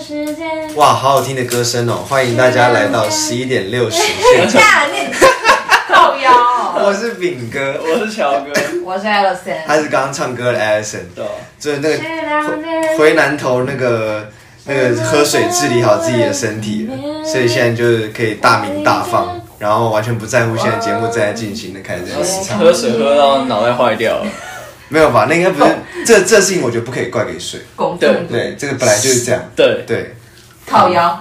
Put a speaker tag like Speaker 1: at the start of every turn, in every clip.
Speaker 1: 时间。
Speaker 2: 哇，好好听的歌声哦！欢迎大家来到十一点六十现场。
Speaker 3: 下你靠腰，
Speaker 2: 我是饼哥，
Speaker 4: 我是乔哥，
Speaker 3: 我是 Alison，
Speaker 2: 他是刚刚唱歌的 Alison，
Speaker 4: 对，
Speaker 2: 就是那个回南头那个那个喝水治理好自己的身体了，所以现在就是可以大鸣大放，然后完全不在乎现在节目正在进行的开这件事 情。
Speaker 4: 喝水喝到脑袋坏掉了，
Speaker 2: 没有吧？那应该不是这这事情，我觉得不可以怪给水。
Speaker 3: 拱
Speaker 4: 对
Speaker 3: 动
Speaker 2: 对，这个本来就是这样。
Speaker 4: 对，
Speaker 2: 对，
Speaker 3: 靠腰，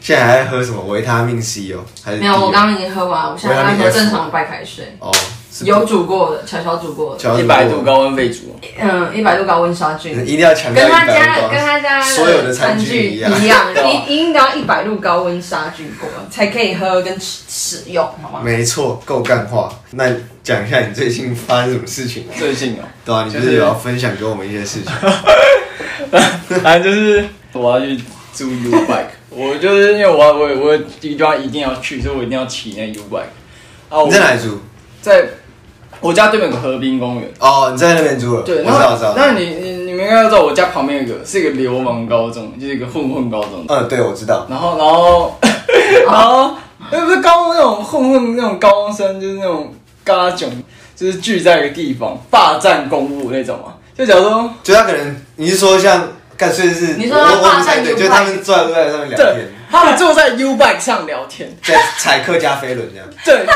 Speaker 2: 现在还在喝什么维他命 C 哦？还是
Speaker 3: 没有，我
Speaker 2: D 哦
Speaker 3: 刚刚已经喝完了，我现在在喝正常的白开水，
Speaker 2: 哦，是
Speaker 3: 有煮过的，悄悄煮过的，
Speaker 2: 乔
Speaker 4: 一
Speaker 2: 治
Speaker 4: 百
Speaker 2: 果
Speaker 4: 度高温沸煮，
Speaker 3: 嗯，一百度高温杀菌，
Speaker 2: 一定要强调
Speaker 3: 跟
Speaker 2: 一
Speaker 3: 他
Speaker 2: 百
Speaker 3: 家
Speaker 2: 度
Speaker 3: 跟
Speaker 2: 高。
Speaker 3: 他 家
Speaker 2: 所有的餐
Speaker 3: 餐
Speaker 2: 具一
Speaker 3: 一
Speaker 2: 样
Speaker 3: 样，
Speaker 4: 对啊
Speaker 3: 一一定要一百度高温杀菌过，才可以喝跟吃使用，好吗？
Speaker 2: 没错，够干话。那讲一下你最近发生什么事情吗？
Speaker 4: 最近哦，
Speaker 2: 对啊，你不
Speaker 4: 就是是
Speaker 2: 有要分享给我们一些事情？
Speaker 4: 反正就是我要去租 U bike，我就是因为我要我我有一地方一定要去，所以我一定要骑那 U bike。啊，我
Speaker 2: 你在哪里住？
Speaker 4: 在我家对面有个河滨公园，
Speaker 2: 哦，你在那边住了。
Speaker 4: 对，
Speaker 2: 我知道，我知
Speaker 4: 那
Speaker 2: 道。
Speaker 4: 你你你们应该知道，我家旁边有一个是一个流氓高中，就是一个混混高中，
Speaker 2: 嗯，对，我知道。
Speaker 4: 然后然后然 后那不是高中那种混混那种高中生，就是那种嘎囧，就是聚在一个地方霸占公务那种嘛。就假如说，
Speaker 2: 就他可能，你是说像干脆是，
Speaker 3: 你说
Speaker 2: 我
Speaker 3: 他
Speaker 2: 我
Speaker 3: 霸
Speaker 2: 不太
Speaker 3: 占
Speaker 2: 对，
Speaker 3: U
Speaker 2: 就是他们坐在在上面聊
Speaker 4: 对
Speaker 2: 天，，
Speaker 4: 他们坐在 U bike 上聊天，
Speaker 2: 在踩客家飞轮这样。
Speaker 4: 对，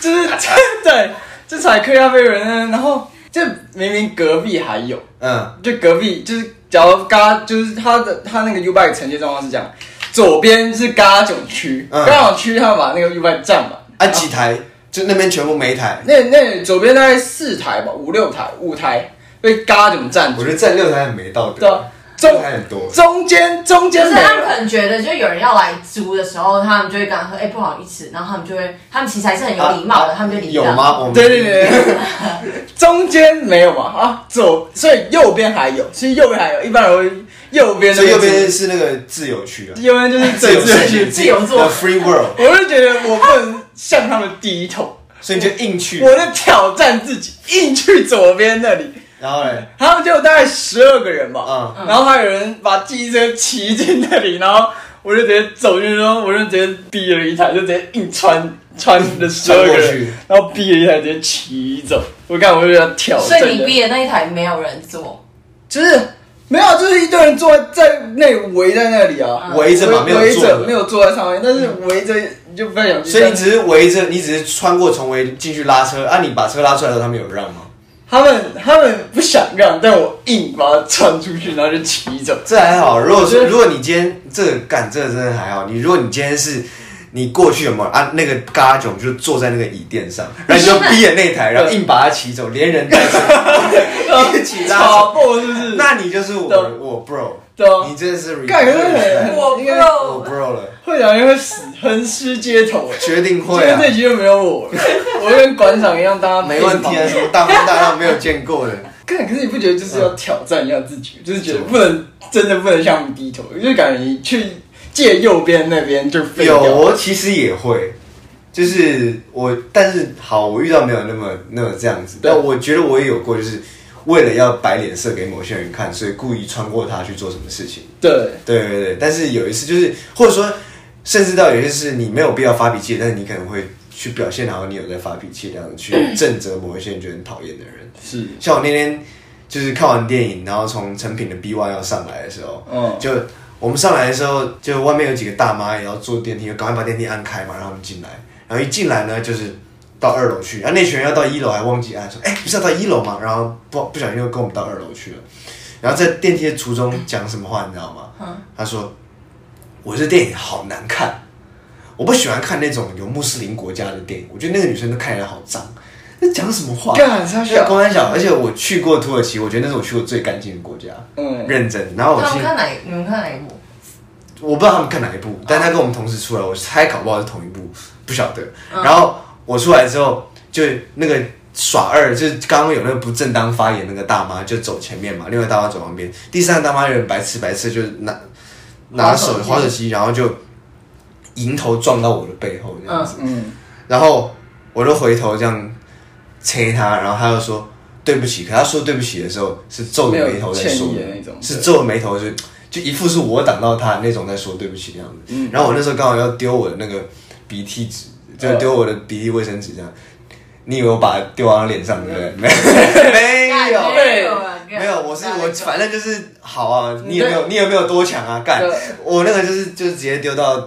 Speaker 4: 就是 对，就踩客家飞轮呢，啊然后就明明隔壁还有，
Speaker 2: 嗯，
Speaker 4: 就隔壁就是，假如嘎，就是他的他那个 U bike 承接状况是这样，左边是嘎囧区，
Speaker 2: 嗯
Speaker 4: 嘎囧区他们把那个 U bike 占满，
Speaker 2: 啊，几台？就那边全部没台，
Speaker 4: 那那左边大概四台吧，五六台，五台被嘎囧占
Speaker 2: 我
Speaker 4: 住
Speaker 2: 觉，得占六台很没道
Speaker 4: 对
Speaker 2: 德
Speaker 4: 啊，
Speaker 2: 六
Speaker 4: 中
Speaker 2: 台很多。
Speaker 4: 中间中
Speaker 3: 就
Speaker 4: 间
Speaker 3: 是
Speaker 4: 没
Speaker 3: 他们
Speaker 4: 有
Speaker 3: 可能觉得，就有人要来租的时候，他们就会跟他说：“哎、不好意思。”然后他们就会，他们其实还是很有礼貌的，他们就礼
Speaker 2: 啊有
Speaker 3: 让？
Speaker 2: 吗？我们
Speaker 4: 对对对，对中间没有嘛啊，左所以右边还有，其实右边还有，一般人会右边那
Speaker 2: 所以
Speaker 4: 边
Speaker 2: 右边是那个自由区啊，
Speaker 4: 右边就是最自由区，
Speaker 3: 自由
Speaker 2: 的
Speaker 3: 座
Speaker 2: free world，
Speaker 4: 我就觉得我不能向他们低头，
Speaker 2: 所以你就硬去
Speaker 4: 我，就挑战自己，硬去左边那里。
Speaker 2: 然后嘞，
Speaker 4: 他们就大概十二个人吧，
Speaker 2: 嗯，
Speaker 4: 然后还有人把机车骑进那里，然后我就直接走进去，然后我就直接逼了一台，就直接硬穿穿了十二
Speaker 2: 穿
Speaker 4: 个
Speaker 2: 过去
Speaker 4: 人，然后逼了一台直接骑走。我感觉我就要挑
Speaker 3: 所
Speaker 4: 战的，
Speaker 3: 以你逼的那一台没有人坐，
Speaker 4: 就是没有，就是一堆人坐在在那围在那里啊，
Speaker 2: 围着嘛，没有
Speaker 4: 围着没
Speaker 2: 坐。
Speaker 4: 有坐在上面，但是围着你就不太想去。
Speaker 2: 所以你只是围着，你只是穿过重围进去拉车啊！你把车拉出来的时候，他们有让吗？
Speaker 4: 他们他们不想让，但我硬把它穿出去，然后就骑 走。
Speaker 2: 这还好，如果
Speaker 4: 我觉
Speaker 2: 说
Speaker 4: 得
Speaker 2: 如果你今天这个干这个真的还好，你如果你今天是你过去有没有啊？那个嘎囧就坐在那个椅垫上，然后你就逼着那台，然后硬把它骑走，连人带 车一起拉
Speaker 4: 跑
Speaker 2: 走，
Speaker 4: 步是不是？
Speaker 2: 那你就是我
Speaker 4: 对
Speaker 2: 我 bro，
Speaker 4: 对啊
Speaker 2: 你真的是
Speaker 4: 干可是
Speaker 2: respect
Speaker 4: 我
Speaker 3: 不
Speaker 4: 应该
Speaker 2: 我 bro 了，
Speaker 4: 会长因为死横尸街头，哎
Speaker 2: 决定
Speaker 4: 今
Speaker 2: 会
Speaker 4: 天
Speaker 2: 啊，
Speaker 4: 这集就没有我了，我跟馆长一样，大家
Speaker 2: 没问题啊，什么大风大浪没有见过的，
Speaker 4: 干，可是你不觉得就是要挑战一下自己，就是觉得不能真的不能向他们低头，就是感觉你去借右边那边就 废掉。
Speaker 2: 有，我其实也会，就是我，但是好，我遇到没有那么那么这样子，
Speaker 4: 对
Speaker 2: 但我觉得我也有过，就是为了要摆脸色给某些人看，所以故意穿过他去做什么事情。
Speaker 4: 对，
Speaker 2: 对对对，但是有一次就是，或者说，甚至到有些事你没有必要发脾气，但是你可能会去表现好像你有在发脾气那样， 去正责某一些你觉得很讨厌的人。
Speaker 4: 是，
Speaker 2: 像我那天就是看完电影，然后从成品的 B one 要上来的时候，
Speaker 4: 嗯
Speaker 2: 就我们上来的时候，就外面有几个大妈也要坐电梯，就赶快把电梯按开嘛，让他们进来。然后一进来呢，就是到二楼去，然啊后那群人要到一楼还忘记按，说哎、不是要到一楼吗？然后不不小心又跟我们到二楼去了。然后在电梯的途中讲什么话，你知道吗？他说：“我这电影好难看，我不喜欢看那种有穆斯林国家的电影，我觉得那个女生都看起来好脏。”那讲什么话？
Speaker 4: 干他
Speaker 2: 对，公
Speaker 4: 小，
Speaker 2: 安小，而且我去过土耳其，我觉得那是我去过最干净的国家，
Speaker 4: 嗯，
Speaker 2: 认真。然后我
Speaker 3: 他
Speaker 2: 去
Speaker 3: 们，看哪？你们看哪一部？
Speaker 2: 我不知道他们看哪一部，
Speaker 3: 哦
Speaker 2: 但他跟我们同时出来，我猜搞不好是同一部，不晓得。
Speaker 3: 嗯
Speaker 2: 然后我出来之后，就那个耍二，就是刚刚有那个不正当发言那个大妈就走前面嘛，另外大妈走旁边，第三个大妈有点白痴白痴，就是拿拿手
Speaker 3: 划手机
Speaker 2: 滑手机，然后就迎头撞到我的背后这样子。
Speaker 4: 嗯，
Speaker 2: 然后我就回头这样催他，然后他就说对不起。可他说对不起的时候是皱着眉头在说
Speaker 4: 没有歉意的那种，
Speaker 2: 是皱着眉头就就一副是我挡到他那种在说对不起的样子。
Speaker 4: 嗯
Speaker 2: 然后我那时候刚好要丢我的那个鼻涕纸，就丢我的鼻涕卫生纸这样。你以为我把它丢到脸上对不对？没 没 有，没有，我是我，反正就是好啊，你也没有，你也没有多强啊，干
Speaker 4: 对！
Speaker 2: 我那个就是就是直接丢到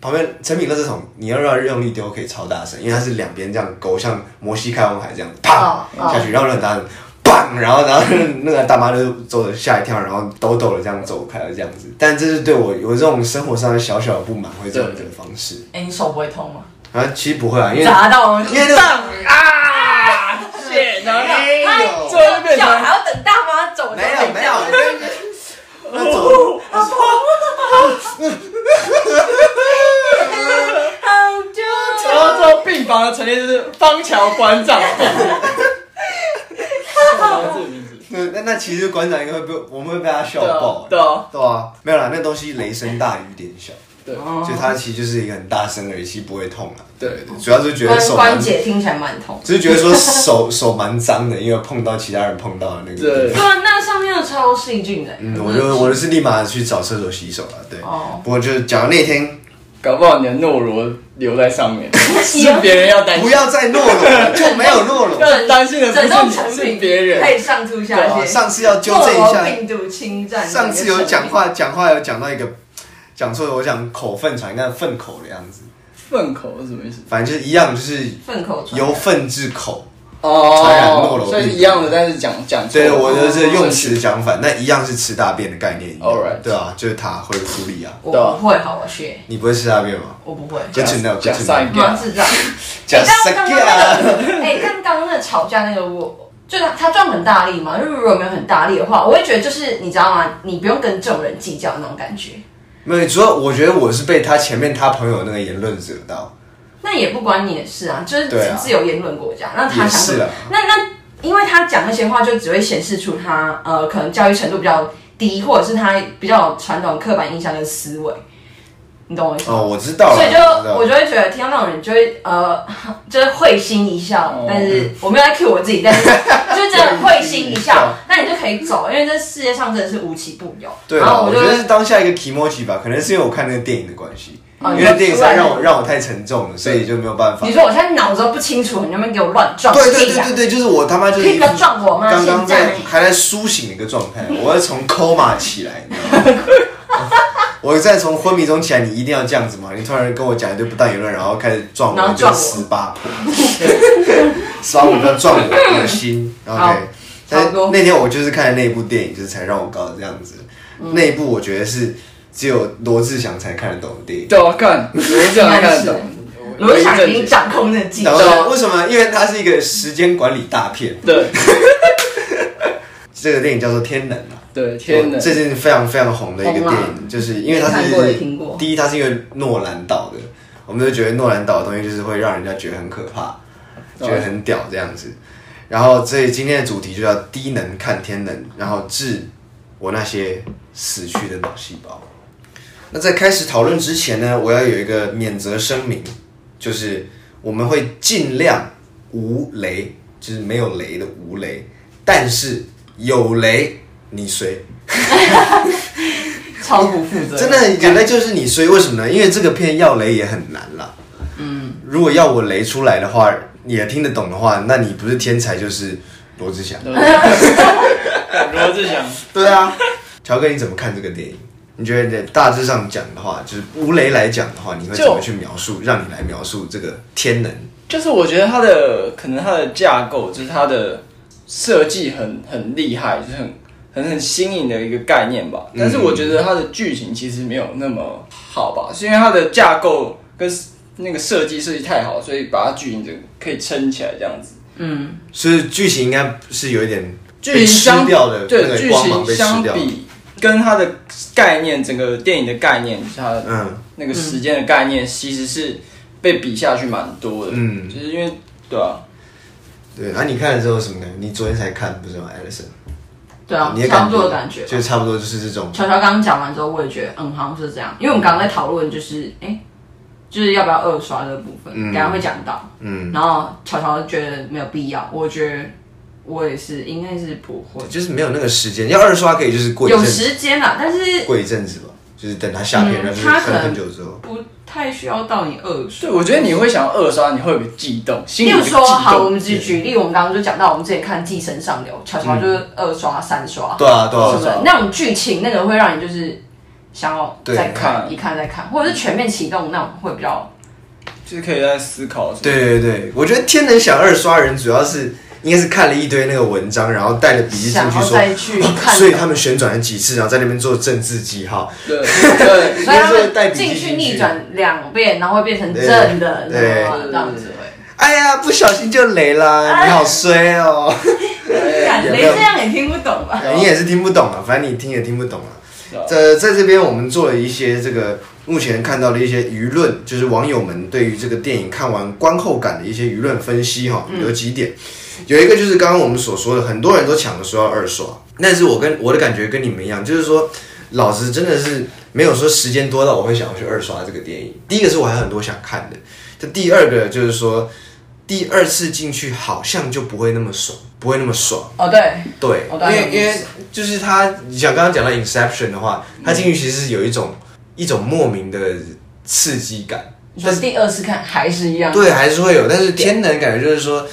Speaker 2: 旁边成品垃圾桶，你要让用力丢可以超大声，因为它是两边这样勾，像摩西开红海这样，啪
Speaker 3: 哦哦
Speaker 2: 下去，然后很大声，砰，然后然后那个大妈就走了吓一跳，然后抖抖的这样走开了这样子。但这是对我有这种生活上的小小的不满，会这样子的方式。
Speaker 3: 哎，你手不会痛吗？
Speaker 2: 啊，其实不会啊，因为
Speaker 3: 砸到
Speaker 2: 因为那个
Speaker 4: 上嗯啊！谢然后
Speaker 3: 哎
Speaker 2: 没有
Speaker 4: 最后就变
Speaker 3: 小还
Speaker 4: 成
Speaker 3: 要等大妈走，
Speaker 2: 没有没有，我跟你那走。
Speaker 3: 好久。
Speaker 4: 然后最后病房的陈列就是方桥馆 长。啊
Speaker 2: 那那那其实馆长应该会被我们会被他笑爆、
Speaker 4: 对啊
Speaker 2: 对啊，没有啦，那东西雷声大雨点小，
Speaker 4: 对
Speaker 2: 所以它其实就是一个很大声而已，其实不会痛啊。
Speaker 4: 对
Speaker 2: 对，主要是觉得
Speaker 3: 关
Speaker 2: 手
Speaker 3: 关
Speaker 2: 蛮，
Speaker 3: 节听起来蛮痛。
Speaker 2: 只是觉得说手手蛮脏的，因为碰到其他人碰到的那个地
Speaker 4: 对
Speaker 2: 方。
Speaker 3: 对啊，那上面的超细菌的。
Speaker 2: 嗯，我就我就是立马去找厕所洗手了，对。
Speaker 3: 哦
Speaker 2: 不过就是讲到那天，
Speaker 4: 搞不好你的懦弱留在上面，是别人要担心
Speaker 2: 不，要再懦弱了，就没有懦 弱。
Speaker 4: 要担心的不
Speaker 3: 整栋成
Speaker 4: 是你，
Speaker 3: 品
Speaker 4: 是别人
Speaker 3: 可。以上吐下
Speaker 2: 啊
Speaker 3: 泻。
Speaker 2: 上次要纠正一
Speaker 3: 过
Speaker 2: 下
Speaker 3: 往，病毒侵占。
Speaker 2: 上次有讲，话，讲话有讲到一个讲错了，我讲口粪传，应该是粪口的样子，
Speaker 4: 粪口是什么意思？
Speaker 2: 反正就是一样，就是
Speaker 3: 粪口传染
Speaker 2: 由粪至口。传染懦
Speaker 4: 哦
Speaker 2: 弱，
Speaker 4: 所以是一样的，但是讲讲错。哦
Speaker 2: 对，我就是用词讲反，那一样是吃大便的概念一样。
Speaker 4: Alright
Speaker 2: 对啊，就是他会处理啊。
Speaker 3: 我不会，好，我学，
Speaker 2: 你不会吃大便吗？
Speaker 3: 我不会。
Speaker 2: 就吃那，就
Speaker 4: 讲
Speaker 2: 吃
Speaker 4: 上
Speaker 2: 那
Speaker 4: 一，个
Speaker 3: 妈 智障！
Speaker 2: 讲
Speaker 3: 但刚刚那
Speaker 2: 啊！
Speaker 3: 个， 哎，但刚刚那个吵架那个，我就他他撞很大力嘛，就是如果没有很大力的话，我会觉得就是你知道吗？你不用跟这种人计较那种感觉。
Speaker 2: 没有，主要我觉得我是被他前面他朋友那个言论惹到。
Speaker 3: 那也不关你的事啊，就是
Speaker 2: 对啊
Speaker 3: 自由言论国家，那他
Speaker 2: 也
Speaker 3: 想
Speaker 2: 是
Speaker 3: 说
Speaker 2: 啊
Speaker 3: 那那因为他讲那些话，就只会显示出他呃可能教育程度比较低，或者是他比较有传统刻板印象跟思维，你懂我意思吗？
Speaker 2: 哦，我知道了，
Speaker 3: 所以就
Speaker 2: 我知道
Speaker 3: 我就会觉得听到那种人就会呃， 就是会心一笑，
Speaker 4: 哦
Speaker 3: 但是我没有在 cue 我自己，但 是就是真的会心一
Speaker 2: 嗯会心一笑
Speaker 3: 笑，那你就可以走，因为这世界上真的是无奇不有。
Speaker 2: 对
Speaker 3: 然
Speaker 2: 啊，
Speaker 3: 后
Speaker 2: 我
Speaker 3: 我
Speaker 2: 觉
Speaker 3: 就
Speaker 2: 得是当下一个 emoji 吧，可能是因为我看那个电影的关系，
Speaker 3: 哦
Speaker 2: 因
Speaker 3: 你
Speaker 2: 为
Speaker 3: 说
Speaker 2: 电影
Speaker 3: 出来
Speaker 2: 上让我
Speaker 3: 了
Speaker 2: 让我太沉重了，所以就没有办法
Speaker 3: 你。说我现在脑子都不清楚，你能不能给我乱撞？
Speaker 2: 对对
Speaker 3: 自己
Speaker 2: 对
Speaker 3: 讲
Speaker 2: 对对，就是我他妈就是
Speaker 3: 可以不要撞我吗
Speaker 2: 刚刚
Speaker 3: 哦现
Speaker 2: 在
Speaker 3: 在
Speaker 2: 还在苏醒的一个状态， 我要从 coma 起来，你知道吗 我再从昏迷中起来，你一定要这样子吗？你突然跟我讲一堆不当言论，然后开始撞
Speaker 3: 然
Speaker 2: 我，
Speaker 3: 后
Speaker 2: 就
Speaker 3: 撞我
Speaker 2: 十八婆， 十八婆不要撞我，恶心。
Speaker 3: 好
Speaker 2: OK，但
Speaker 3: 差不多
Speaker 2: 那天我就是看了那一部电影，就是才让我搞得这样子。
Speaker 3: 嗯
Speaker 2: 那一部我觉得是只有罗志祥才看得懂的电影。
Speaker 4: 对啊，看，我这样看 得懂。
Speaker 3: 罗志祥已经掌控那技
Speaker 2: 然
Speaker 3: 术，
Speaker 2: 后为什么？因为它是一个时间管理大片。
Speaker 4: 对
Speaker 2: 这个电影叫做《天能》啊，
Speaker 4: 对，天哪！
Speaker 2: 这是非常非常红的一个电
Speaker 3: 红啊
Speaker 2: 影，就是因为它
Speaker 3: 没看
Speaker 2: 是
Speaker 3: 过也听过
Speaker 2: 第一，它是因为诺兰导的，我们就觉得诺兰导的东西就是会让人家觉得很可怕，
Speaker 4: 对
Speaker 2: 觉得很屌这样子。然后，所以今天的主题就叫低能看天能，然后治我那些死去的脑细胞。那在开始讨论之前呢，我要有一个免责声明，就是我们会尽量无雷，就是没有雷的无雷，但是有雷你随。
Speaker 3: 超不负责任，
Speaker 2: 真的有雷就是你衰，为什么呢？因为这个片要雷也很难啦。嗯，如果要我雷出来的话，也听得懂的话，那你不是天才就是罗志祥。
Speaker 4: 罗志祥，
Speaker 2: 对啊，乔哥你怎么看这个电影？你觉得大致上讲的话，就是无雷来讲的话，你会
Speaker 4: 就
Speaker 2: 怎么去描述？让你来描述这个天能。
Speaker 4: 就是我觉得它的可能它的架构，就是它的设计很很厉害，就是很很很新颖的一个概念吧。
Speaker 2: 嗯
Speaker 4: 但是我觉得它的剧情其实没有那么好吧，是因为它的架构跟那个设计设计太好，所以把它剧情整个可以撑起来这样子。
Speaker 3: 嗯，
Speaker 2: 所以剧情应该是有一点
Speaker 4: 剧
Speaker 2: 被
Speaker 4: 情
Speaker 2: 吃
Speaker 4: 相
Speaker 2: 掉的，那
Speaker 4: 对
Speaker 2: 个
Speaker 4: 剧
Speaker 2: 光芒
Speaker 4: 情
Speaker 2: 被吃
Speaker 4: 相
Speaker 2: 掉。
Speaker 4: 比跟它的概念，整个电影的概念，就是它的
Speaker 2: 嗯，
Speaker 4: 那个时间的概念，其实是被比下去蛮多的。
Speaker 2: 嗯
Speaker 4: 就是因为对啊，
Speaker 2: 对。然后你看了之后有什么感觉？你昨天才看不是吗，Alison？
Speaker 3: 对啊
Speaker 2: 你，也
Speaker 3: 差不多的感觉吧。
Speaker 2: 就差不多就是这种。
Speaker 3: 乔乔刚刚讲完之后，我也觉得，嗯，好像是这样，因为我们刚刚在讨论，就是，哎、就是要不要二
Speaker 4: 嗯
Speaker 3: 刷这个部分，等一下会讲到。
Speaker 2: 嗯，
Speaker 3: 然后乔乔觉得没有必要，我觉得我也是，应该是不会。
Speaker 2: 就是没有那个时间。要二刷可以就是过一
Speaker 3: 有
Speaker 2: 阵子，
Speaker 3: 时间啦，但是
Speaker 2: 过一阵子吧，就是等它下片，
Speaker 3: 嗯
Speaker 2: 然后就是
Speaker 3: 它可
Speaker 2: 看了
Speaker 3: 能
Speaker 2: 很久之后。
Speaker 3: 不太需要到你二
Speaker 4: 对，
Speaker 3: 刷。
Speaker 4: 我觉得你会想要二刷，你会有个悸动，心
Speaker 3: 例
Speaker 4: 里
Speaker 3: 如
Speaker 4: 有个
Speaker 3: 说，
Speaker 4: 悸
Speaker 3: 好，我
Speaker 4: 动。
Speaker 3: 们只举例，我们刚刚就讲到，我们之前看《寄生上流》，悄
Speaker 4: 嗯
Speaker 3: 悄就是二刷、三刷，
Speaker 2: 对啊，对
Speaker 3: 是
Speaker 2: 啊
Speaker 3: 不，
Speaker 4: 刷
Speaker 3: 哦是？那种剧情，那个会让你就是想要
Speaker 2: 对
Speaker 3: 再看
Speaker 4: 看
Speaker 3: 一看再看，或者是全面启动那种会比较。
Speaker 4: 就是可以在思考什么。
Speaker 2: 对对对，我觉得天能想二刷人主要是应该是看了一堆那个文章，然后带着笔记进
Speaker 3: 想
Speaker 2: 去
Speaker 3: 要
Speaker 2: 说
Speaker 3: 再去
Speaker 2: 哦
Speaker 3: 看
Speaker 2: 所以他们旋转了几次，然后在那边做政治记号。
Speaker 4: 对
Speaker 3: 所
Speaker 4: 对，
Speaker 3: 以他
Speaker 2: 应该是带
Speaker 3: 们
Speaker 2: 笔记
Speaker 3: 进
Speaker 2: 进
Speaker 3: 去
Speaker 2: 去
Speaker 3: 逆转两遍，然后会变成
Speaker 2: 对
Speaker 3: 正的，
Speaker 2: 对
Speaker 3: 然后这样子。
Speaker 2: 哎呀，不小心就雷
Speaker 3: 哎
Speaker 2: 啦，你好衰哦！
Speaker 3: 干
Speaker 2: 有没
Speaker 3: 雷
Speaker 2: 有
Speaker 3: 这样也听不懂吧？
Speaker 2: 你也是听不懂啊，反正你听也听不懂啊。
Speaker 4: 是啊
Speaker 2: 在在这边，我们做了一些这个目前看到的一些舆论，就是网友们对于这个电影看完观后感的一些舆论分析哈，有几点，有一个就是刚刚我们所说的，很多人都抢着说要二刷，但是我跟我的感觉跟你们一样，就是说老子真的是没有说时间多到我会想要去二刷这个电影。第一个是我还有很多想看的，这第二个就是说第二次进去好像就不会那么爽，不会那么爽。
Speaker 3: 哦，对，
Speaker 2: 对，
Speaker 3: 我
Speaker 2: 因
Speaker 3: 懂你
Speaker 2: 为
Speaker 3: 的
Speaker 2: 因
Speaker 3: 意
Speaker 2: 为
Speaker 3: 思
Speaker 2: 就是他，你想刚刚讲到 Inception 的话，他进去其实是有一种一种莫名的刺激感，
Speaker 3: 你说第二次看还是一样。
Speaker 2: 对，还是会有，但是天能感觉就是说，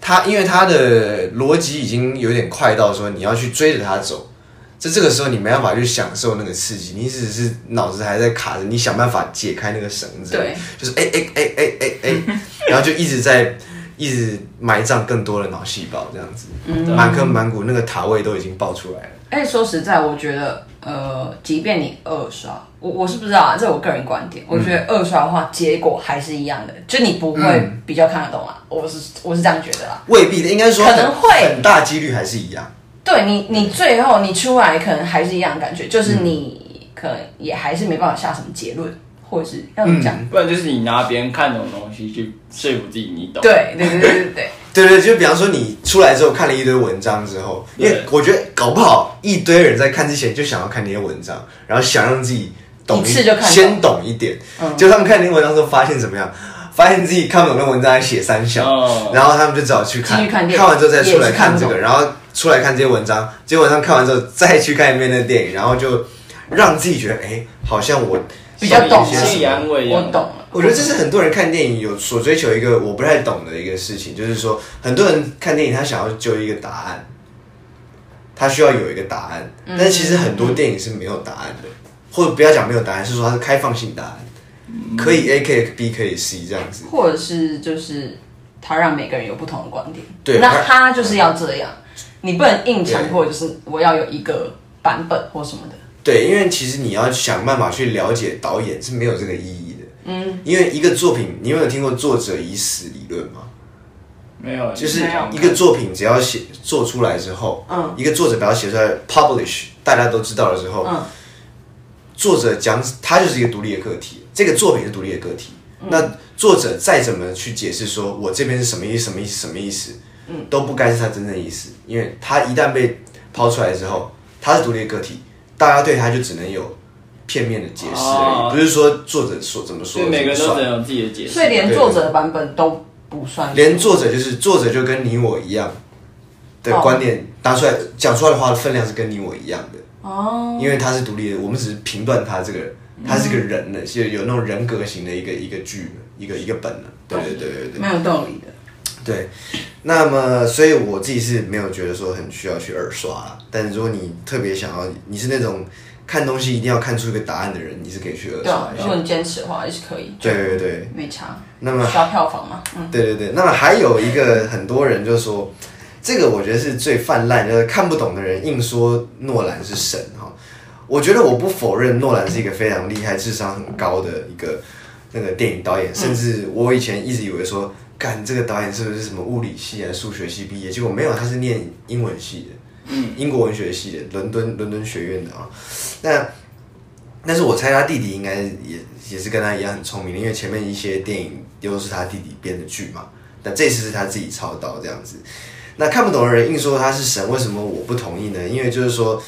Speaker 2: 他因为他的逻辑已经有点快到说你要去追着他走，在这个时候你没办法去享受那个刺激，你只是脑子还在卡着，你想办法解开那个绳子，
Speaker 3: 对，
Speaker 2: 就是哎哎哎哎哎哎，然后就一直在一直埋葬更多的脑细胞这样子，
Speaker 3: 嗯
Speaker 2: 满坑满谷那个塔位都已经爆出来了。
Speaker 3: 而哎且说实在，我觉得，呃，即便你二刷，我我是不知道啊，这我个人观点，我觉
Speaker 2: 嗯
Speaker 3: 得二刷的话，结果还是一样的，就你不会比较看得懂啊，我是我是这样觉得啊啦。
Speaker 2: 未必的，应该说
Speaker 3: 可
Speaker 2: 很
Speaker 3: 能会
Speaker 2: 很大几率还是一样。
Speaker 3: 对你，你最后你出来可能还是一样的感觉，就是你可能也还是没办法下什么结论，或者是要怎么讲？
Speaker 4: 不然就是你拿别人看懂的东西去说服自己，你懂。
Speaker 3: 对对对对对对，
Speaker 2: 对对，就比方说你出来之后看了一堆文章之后，因为
Speaker 4: 对
Speaker 2: 我觉得搞不好一堆人在看之前就想要看那些文章，然后想让自己懂
Speaker 3: 一次就看懂嗯
Speaker 2: 先懂一点。就他们看那些文章之后发现怎么样？发现自己看不懂那文章还写三小，
Speaker 4: 哦
Speaker 2: 然后他们就只好去看，
Speaker 3: 继续看电影
Speaker 2: 完之后再出来看这
Speaker 3: 也是看不
Speaker 2: 个，
Speaker 3: 懂
Speaker 2: 然后出来看这些文章，这些文章看完之后再去看一遍那电影，然后就让自己觉得哎，好像我
Speaker 3: 比较懂啊
Speaker 2: 一些什么
Speaker 4: 心理安慰一
Speaker 3: 我
Speaker 4: 样。
Speaker 3: 懂了。
Speaker 2: 我觉得这是很多人看电影有所追求一个我不太懂的一个事情，就是说很多人看电影他想要就一个答案，他需要有一个答案，但其实很多电影是没有答案的，或者不要讲没有答案，是说它是开放性答案，可以 A 可以 B 可以 C 这样子。
Speaker 3: 或者是就是他让每个人有不同的观点，
Speaker 2: 对
Speaker 3: 那
Speaker 2: 而
Speaker 3: 他就是要这样，你不能硬强迫，就是我要有一个版本或什么的。
Speaker 2: 对，因为其实你要想办法去了解导演是没有这个意义的。嗯，因为一个作品，你有没有听过作者已死理论吗？
Speaker 4: 没有，
Speaker 2: 就是
Speaker 4: 没有
Speaker 2: 一个作品只要写做出来之后，
Speaker 3: 嗯
Speaker 2: 一个作者把它写出来 publish，大家都知道了之后，
Speaker 3: 嗯
Speaker 2: 作者讲他就是一个独立的个体，这个作品是独立的个体。
Speaker 4: 嗯
Speaker 2: 那作者再怎么去解释说我这边是什么意思、什么意思、什么意思，嗯，都不该是他真正的意思，因为他一旦被抛出来之后，他是独立的个体，大家对他就只能有片面的解释而
Speaker 4: 哦
Speaker 2: 已，不是说作者说怎么说
Speaker 4: 所以每个人
Speaker 2: 怎么
Speaker 4: 都
Speaker 2: 算
Speaker 4: 只能有自己的解释。
Speaker 3: 所以连作者的版本都不算，
Speaker 2: 连作者就是作者就跟你我一样的
Speaker 3: 哦
Speaker 2: 观点拿出来讲出来的话的分量是跟你我一样的，
Speaker 3: 哦，嗯
Speaker 2: 因为他是独立的，我们只是评断他这个人，他是个人的，是有那种人格型的一个一个剧的，一个一个本的，对对对对对
Speaker 3: 蛮有道理的。
Speaker 2: 对。那么，所以我自己是没有觉得说很需要去二刷啦，但如果你特别想要，你是那种看东西一定要看出一个答案的人，你是可以去二
Speaker 3: 对啊
Speaker 2: 刷，一
Speaker 3: 如果
Speaker 2: 下。
Speaker 3: 你坚持的话也是啊可以，
Speaker 2: 对对对。
Speaker 3: 没差。
Speaker 2: 那么
Speaker 3: 需要票房嘛？嗯，
Speaker 2: 对对对，那么还有一个很多人就说，这个我觉得是最泛滥，就是看不懂的人硬说诺兰是神哈。我觉得我不否认诺兰是一个非常厉害、智商很高的一个那个电影导演，甚至我以前一直以为说，干这个导演是不是什么物理系啊、数学系毕业？结果没有，他是念英文系的，嗯，英国文学系的，伦敦伦敦学院的啊。那但是我猜他弟弟应该也也是跟他一样很聪明的，因为前面一些电影都是他弟弟编的剧嘛，但这次是他自己操刀这样子。那看不懂的人硬说他是神，为什么我不同意呢？因为就是说，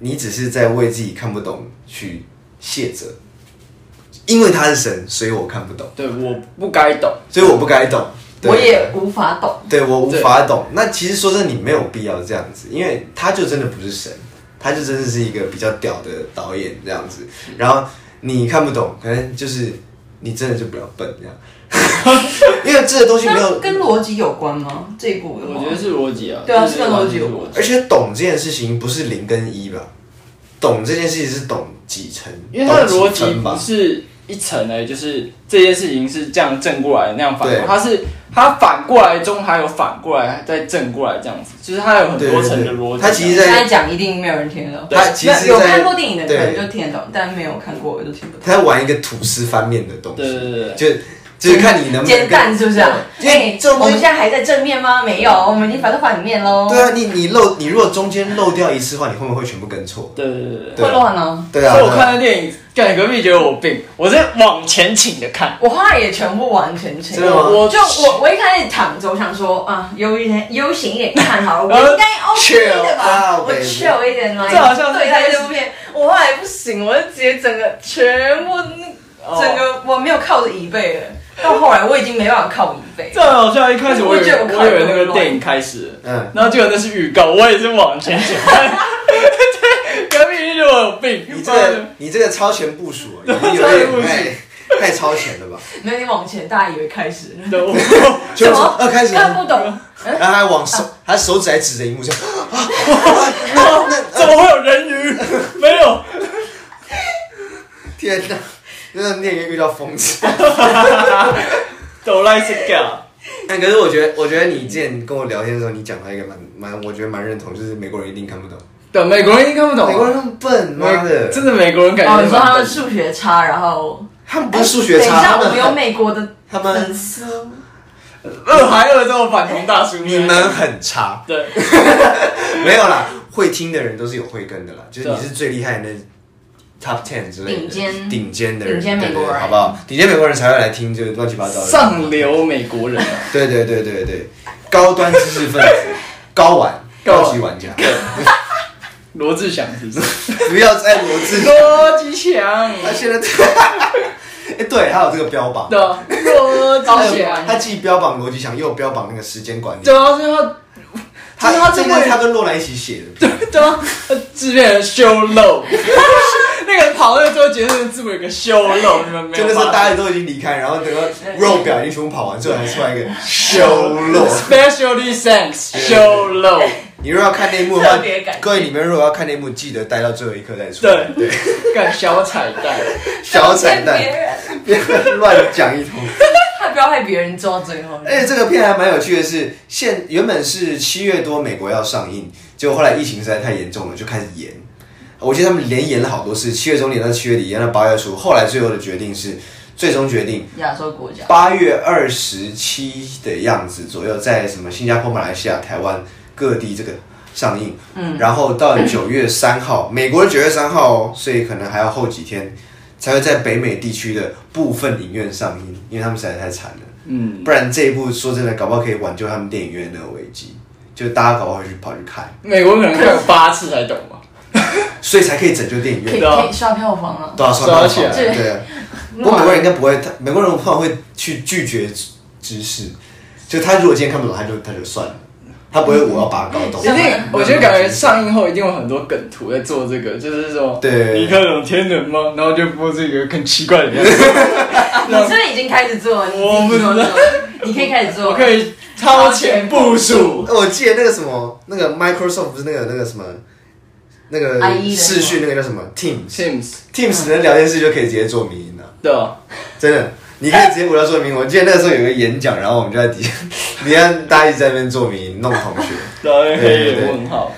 Speaker 2: 你只是在为自己看不懂去卸责，因为他是神，所以我看不懂，
Speaker 4: 对，我不该懂。
Speaker 2: 所以我不该懂。对
Speaker 3: 我也无法懂。
Speaker 2: 对我无法懂。那其实说真的，你没有必要这样子，因为他就真的不是神，他就真的是一个比较屌的导演这样子。
Speaker 3: 嗯
Speaker 2: 然后你看不懂，可能就是你真的就比较笨 这样，因为这个东西没
Speaker 3: 那
Speaker 2: 有，
Speaker 3: 跟逻辑有关吗？这一部的话
Speaker 4: 我觉得是逻辑啊，
Speaker 3: 对啊
Speaker 4: 就是
Speaker 3: 跟逻辑有关
Speaker 4: 完全是
Speaker 2: 而且懂这件事情不是零跟一吧？懂这件事情是懂几成，
Speaker 4: 因为它的
Speaker 2: 懂
Speaker 4: 逻
Speaker 2: 几
Speaker 4: 辑
Speaker 2: 分吧
Speaker 4: 不是一层的，就是这件事情是这样正过来那样反过
Speaker 2: 对
Speaker 4: 来，它是它反过来中还有反过来再正过来这样子，就是它有很多层的逻
Speaker 2: 对对对
Speaker 4: 辑。啊
Speaker 2: 它其实
Speaker 3: 现在讲一定没有人听得懂。
Speaker 2: 他其实
Speaker 3: 没有有
Speaker 2: 在
Speaker 3: 看过电影的可能
Speaker 2: 对
Speaker 3: 就听得懂，但没有看过我就听不懂。
Speaker 2: 他在玩一个吐司翻面的东西，
Speaker 4: 对对对对
Speaker 2: 就就是看你能不能
Speaker 3: 煎
Speaker 2: 跟
Speaker 3: 蛋是不是啊？
Speaker 2: 因为
Speaker 3: 哎
Speaker 2: 这种
Speaker 3: 我
Speaker 2: 东
Speaker 3: 们
Speaker 2: 西
Speaker 3: 现在还在正面吗？没有，我们已经反到反面喽。
Speaker 2: 对啊，你你漏你如果中间漏掉一次的话，你会不会全部跟错？
Speaker 4: 对对对对
Speaker 2: 对
Speaker 3: 会乱哦。
Speaker 2: 对
Speaker 4: 对。
Speaker 2: 啊，
Speaker 4: 所以我
Speaker 2: 对啊
Speaker 4: 看的电影，干你隔壁觉得我有病，我是往前倾的看。
Speaker 3: 我后来也全部完全清
Speaker 2: 真。的吗
Speaker 4: 我
Speaker 3: 就我我一开始躺着，我想说啊，悠一点，悠闲一点看 好了，
Speaker 4: 然
Speaker 3: 我
Speaker 4: 后
Speaker 3: 应该 OK 的
Speaker 2: chill
Speaker 3: 吧？
Speaker 2: out，
Speaker 3: 我
Speaker 2: baby
Speaker 3: chill 一点来
Speaker 4: 这好像是
Speaker 3: 对待这部片。我后来不行，我就直接整个全部
Speaker 4: 哦
Speaker 3: 整个我没有靠着椅背了，到后来我已经没办法靠椅背
Speaker 4: 这。好像一开始我以
Speaker 3: 我
Speaker 4: 为
Speaker 3: 觉得我
Speaker 4: 我以为那个电影开始了，
Speaker 2: 嗯，
Speaker 4: 然后结果那是预告，我也是往前倾看。 隔壁就觉得我有病，
Speaker 2: 你这个你这个超前部署，已经有点太太超前 了吧？
Speaker 3: 没有你往前，大家以为开始了，
Speaker 4: 对我
Speaker 2: 就二开始，
Speaker 3: 看
Speaker 2: 然
Speaker 3: 不懂。嗯
Speaker 2: 后还往手，他手指还指着荧幕这样，啊啊那那
Speaker 4: 怎么会有人鱼？没有。
Speaker 2: 天哪，真的那个遇到疯子。
Speaker 4: 都来是假，
Speaker 2: 但 可是我觉得，我觉得你之前跟我聊天的时候，你讲到一个蛮蛮，我觉得蛮认同，就是美国人一定看不懂，
Speaker 4: 对，美国人一定看不懂啊，
Speaker 2: 美国人那啊么笨，妈的，
Speaker 4: 真的美国人感觉
Speaker 3: 哦，
Speaker 4: 蛮
Speaker 3: 你说他们
Speaker 4: 笨
Speaker 3: 数学差，然后
Speaker 2: 他们不是数学
Speaker 3: 哎等一
Speaker 2: 差，
Speaker 3: 下，
Speaker 2: 他
Speaker 3: 我
Speaker 2: 们
Speaker 3: 们有
Speaker 2: 很
Speaker 3: 美国的
Speaker 2: 他
Speaker 3: 粉
Speaker 2: 们
Speaker 3: 丝，
Speaker 4: 二孩二这种反同大叔，
Speaker 2: 你们很差。
Speaker 4: 对，
Speaker 2: 没有啦，会听的人都是有慧根的啦，就是
Speaker 4: 对
Speaker 2: 你
Speaker 4: 啊
Speaker 2: 是最厉害的那 top ten 之类的
Speaker 3: 顶尖
Speaker 2: 顶尖的人，
Speaker 3: 顶尖美国人
Speaker 2: 对对对好不好？顶尖美国人才会来听这个乱七八糟的。
Speaker 4: 上，流美国人啊，
Speaker 2: 对对对对对，高端知识分子，高玩，
Speaker 4: 高玩
Speaker 2: 高级玩家，
Speaker 4: 罗志祥是不是？
Speaker 2: 不要再罗 志，
Speaker 4: 罗志祥，
Speaker 2: 他现在， 哎，对，还有这个标榜，
Speaker 4: 对啊，罗志祥，
Speaker 2: 他既标榜逻辑想，又标榜那个时间管理
Speaker 4: 对，啊，所以他，
Speaker 2: 他这
Speaker 4: 就是他这
Speaker 2: 个是他跟洛兰一起写的，
Speaker 4: 对啊，他自恋的修漏，那个跑那个最后结束的字母有个修漏，你们没
Speaker 2: 就那
Speaker 4: 有
Speaker 2: 时候
Speaker 4: 发现？
Speaker 2: 大家都已经离开，然后等到肉表已经全部跑完之后，还出来一个修罗。
Speaker 4: Specially thanks，修漏，
Speaker 2: 你如果要看内幕的话
Speaker 3: 特别感，谢
Speaker 2: 各位你们如果要看内幕，记得待到最后一刻再出。
Speaker 4: 对
Speaker 2: 对，
Speaker 4: 干小彩蛋，
Speaker 2: 小彩
Speaker 3: 别
Speaker 2: 蛋，
Speaker 3: 人
Speaker 2: 别乱讲 一通。
Speaker 3: 他不要害别人做到最后。
Speaker 4: 哎
Speaker 2: 而且哎这个片还蛮有趣的是，现原本是七月多美国要上映，结果后来疫情实在太严重了，就开始延。我记得他们连延了好多次，七月中延到七月底，延到八月初，后来最后的决定是，最终决定
Speaker 3: 亚洲国家，
Speaker 2: 八月二十七的样子左右，在什么新加坡、马来西亚、台湾各地这个上映，嗯，然后到九月三号，美国的九月三号哦，所以可能还要后几天才会在北美地区的部分影院上映，因为他们实在太惨了，
Speaker 4: 嗯，
Speaker 2: 不然这一部说真的，搞不好可以挽救他们电影院的危机，就大家搞不好会去跑去看，
Speaker 4: 美国可能看了八次才懂吧。
Speaker 2: 所以才可以拯救电影
Speaker 3: 可以
Speaker 2: 院，
Speaker 4: 对啊
Speaker 3: 可以刷票房啊。
Speaker 2: 多少
Speaker 4: 刷
Speaker 2: 刷
Speaker 4: 起来
Speaker 2: 对对啊。不过美国人应该不会，他美国人通常会去拒绝知识，就他如果今天看不懂，他就他就算了，他不会我要把它搞懂。
Speaker 4: 一定，我觉得感觉上映后一定有很多梗图在做这个，就是说，
Speaker 2: 对
Speaker 4: 你看懂天能吗？然后就播这个很奇怪的样子，
Speaker 3: 你是不是已经开始做？你
Speaker 4: 我不知道
Speaker 3: 你你可以开始做。
Speaker 4: 我可以超前部署。
Speaker 2: 我记得那个什么，那个 Microsoft 不是那个那个什么，那个
Speaker 3: IE 的
Speaker 2: 视讯那个叫什么 Teams
Speaker 4: Teams，
Speaker 2: Teams 的聊天室就可以直接做迷音了，
Speaker 4: 对啊，
Speaker 2: 真的。你可以直接不要做迷音。我记得那个时候有个演讲，然后我们就在底下，底下大家一直在那边做迷音，弄同学。
Speaker 4: 然后可
Speaker 2: 对对
Speaker 4: 以
Speaker 2: 对
Speaker 4: 问号。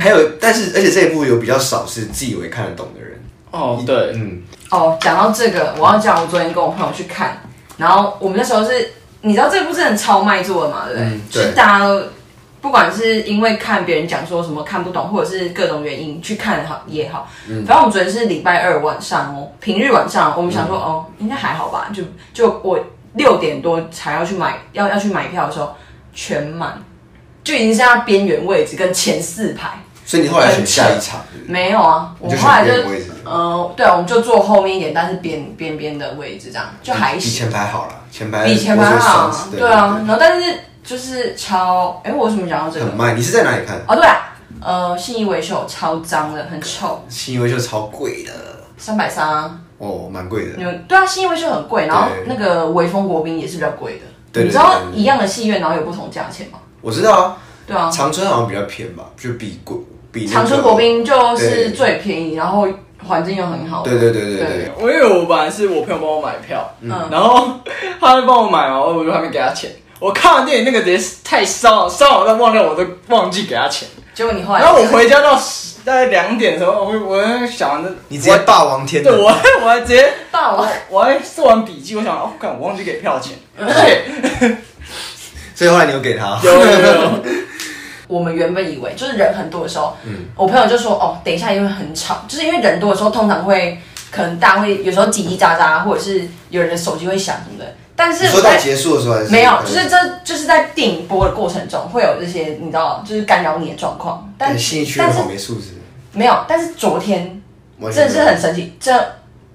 Speaker 2: 还有，但是而且这一部有比较少是自以为看得懂的人。
Speaker 4: 哦，对，
Speaker 2: 嗯，
Speaker 3: 哦，讲到这个，我要讲我昨天跟我朋友去看，然后我们那时候是，你知道这部真的超卖座的嘛，对不对？
Speaker 2: 嗯
Speaker 3: 就是
Speaker 2: 对
Speaker 3: 大家都不管是因为看别人讲说什么看不懂，或者是各种原因去看好也好，
Speaker 2: 嗯
Speaker 3: 反正我们昨天是礼拜二晚上哦，平日晚上我们
Speaker 2: 嗯
Speaker 3: 想说、哦，应该还好吧，就就我六点多才要去买要要去买票的时候，全满，就已经是在边缘位置跟前四排，
Speaker 2: 所以你后来选下一场，对不对
Speaker 3: 没有啊，我
Speaker 2: 你就
Speaker 3: 后来就
Speaker 2: 选别的位置。吗？
Speaker 3: 嗯，对，我们就坐后面一点，但是边边边的位置这样就还
Speaker 2: 比比
Speaker 3: 行。
Speaker 2: 前排好了，嗯前排
Speaker 3: 比前排好
Speaker 2: 我觉得算，是
Speaker 3: 对啊，，然后但是就是超，哎、我为什么讲到这
Speaker 2: 对
Speaker 3: 个
Speaker 2: 很？慢。你是在哪里看？
Speaker 3: 哦，对啊，呃，信义维秀超脏的，很臭，
Speaker 2: 新维就超贵的，
Speaker 3: 三百三啊，
Speaker 2: 哦，蛮贵的
Speaker 3: 你。们对啊，新义维秀很贵，然后
Speaker 2: 对
Speaker 3: 那个微风国宾也是比较贵的，
Speaker 2: 对对
Speaker 3: 你知道
Speaker 2: 对对对
Speaker 3: 一样的戏院然后有不同价钱吗？
Speaker 2: 我知道啊，
Speaker 3: 对啊，
Speaker 2: 长春好像比较偏吧，就比贵比那个
Speaker 3: 长春国。宾就是
Speaker 2: 对
Speaker 3: 最便宜，然后环境又很好的，
Speaker 2: 对对对对对，
Speaker 4: 我因为我本来是我朋友帮我买票，
Speaker 3: 嗯
Speaker 4: 然后他就帮我买嘛，我就还没给他钱。我看完电影那个直接太烧了，烧完到忘掉我都忘记给他钱。
Speaker 3: 结果你后来，
Speaker 4: 然后我回家到10大概两点的时候，我我在想着
Speaker 2: 你直接霸王天
Speaker 4: 对我
Speaker 2: 的，
Speaker 4: 还我还直接
Speaker 3: 霸王
Speaker 4: 我还做完笔记，我想哦，干我忘记给票 钱，而且
Speaker 2: 所以后来你有给他。
Speaker 4: 有有有，
Speaker 3: 我们原本以为就是人很多的时候，
Speaker 2: 嗯
Speaker 3: 我朋友就说哦，等一下因为很吵，就是因为人多的时候通常会可能大家会有时候叽叽喳喳，或者是有人的手机会响什么的。但是
Speaker 2: 你
Speaker 3: 我
Speaker 2: 说到
Speaker 3: 在
Speaker 2: 结束的时候还是
Speaker 3: 没有，就是这就是在电影播的过程中会有这些你知道就是干扰你的状况，但
Speaker 2: 但新一区
Speaker 3: 但
Speaker 2: 人
Speaker 3: 是
Speaker 2: 好没素质，
Speaker 3: 没有，但是昨天
Speaker 2: 完
Speaker 3: 真
Speaker 2: 全
Speaker 3: 的是很神奇，这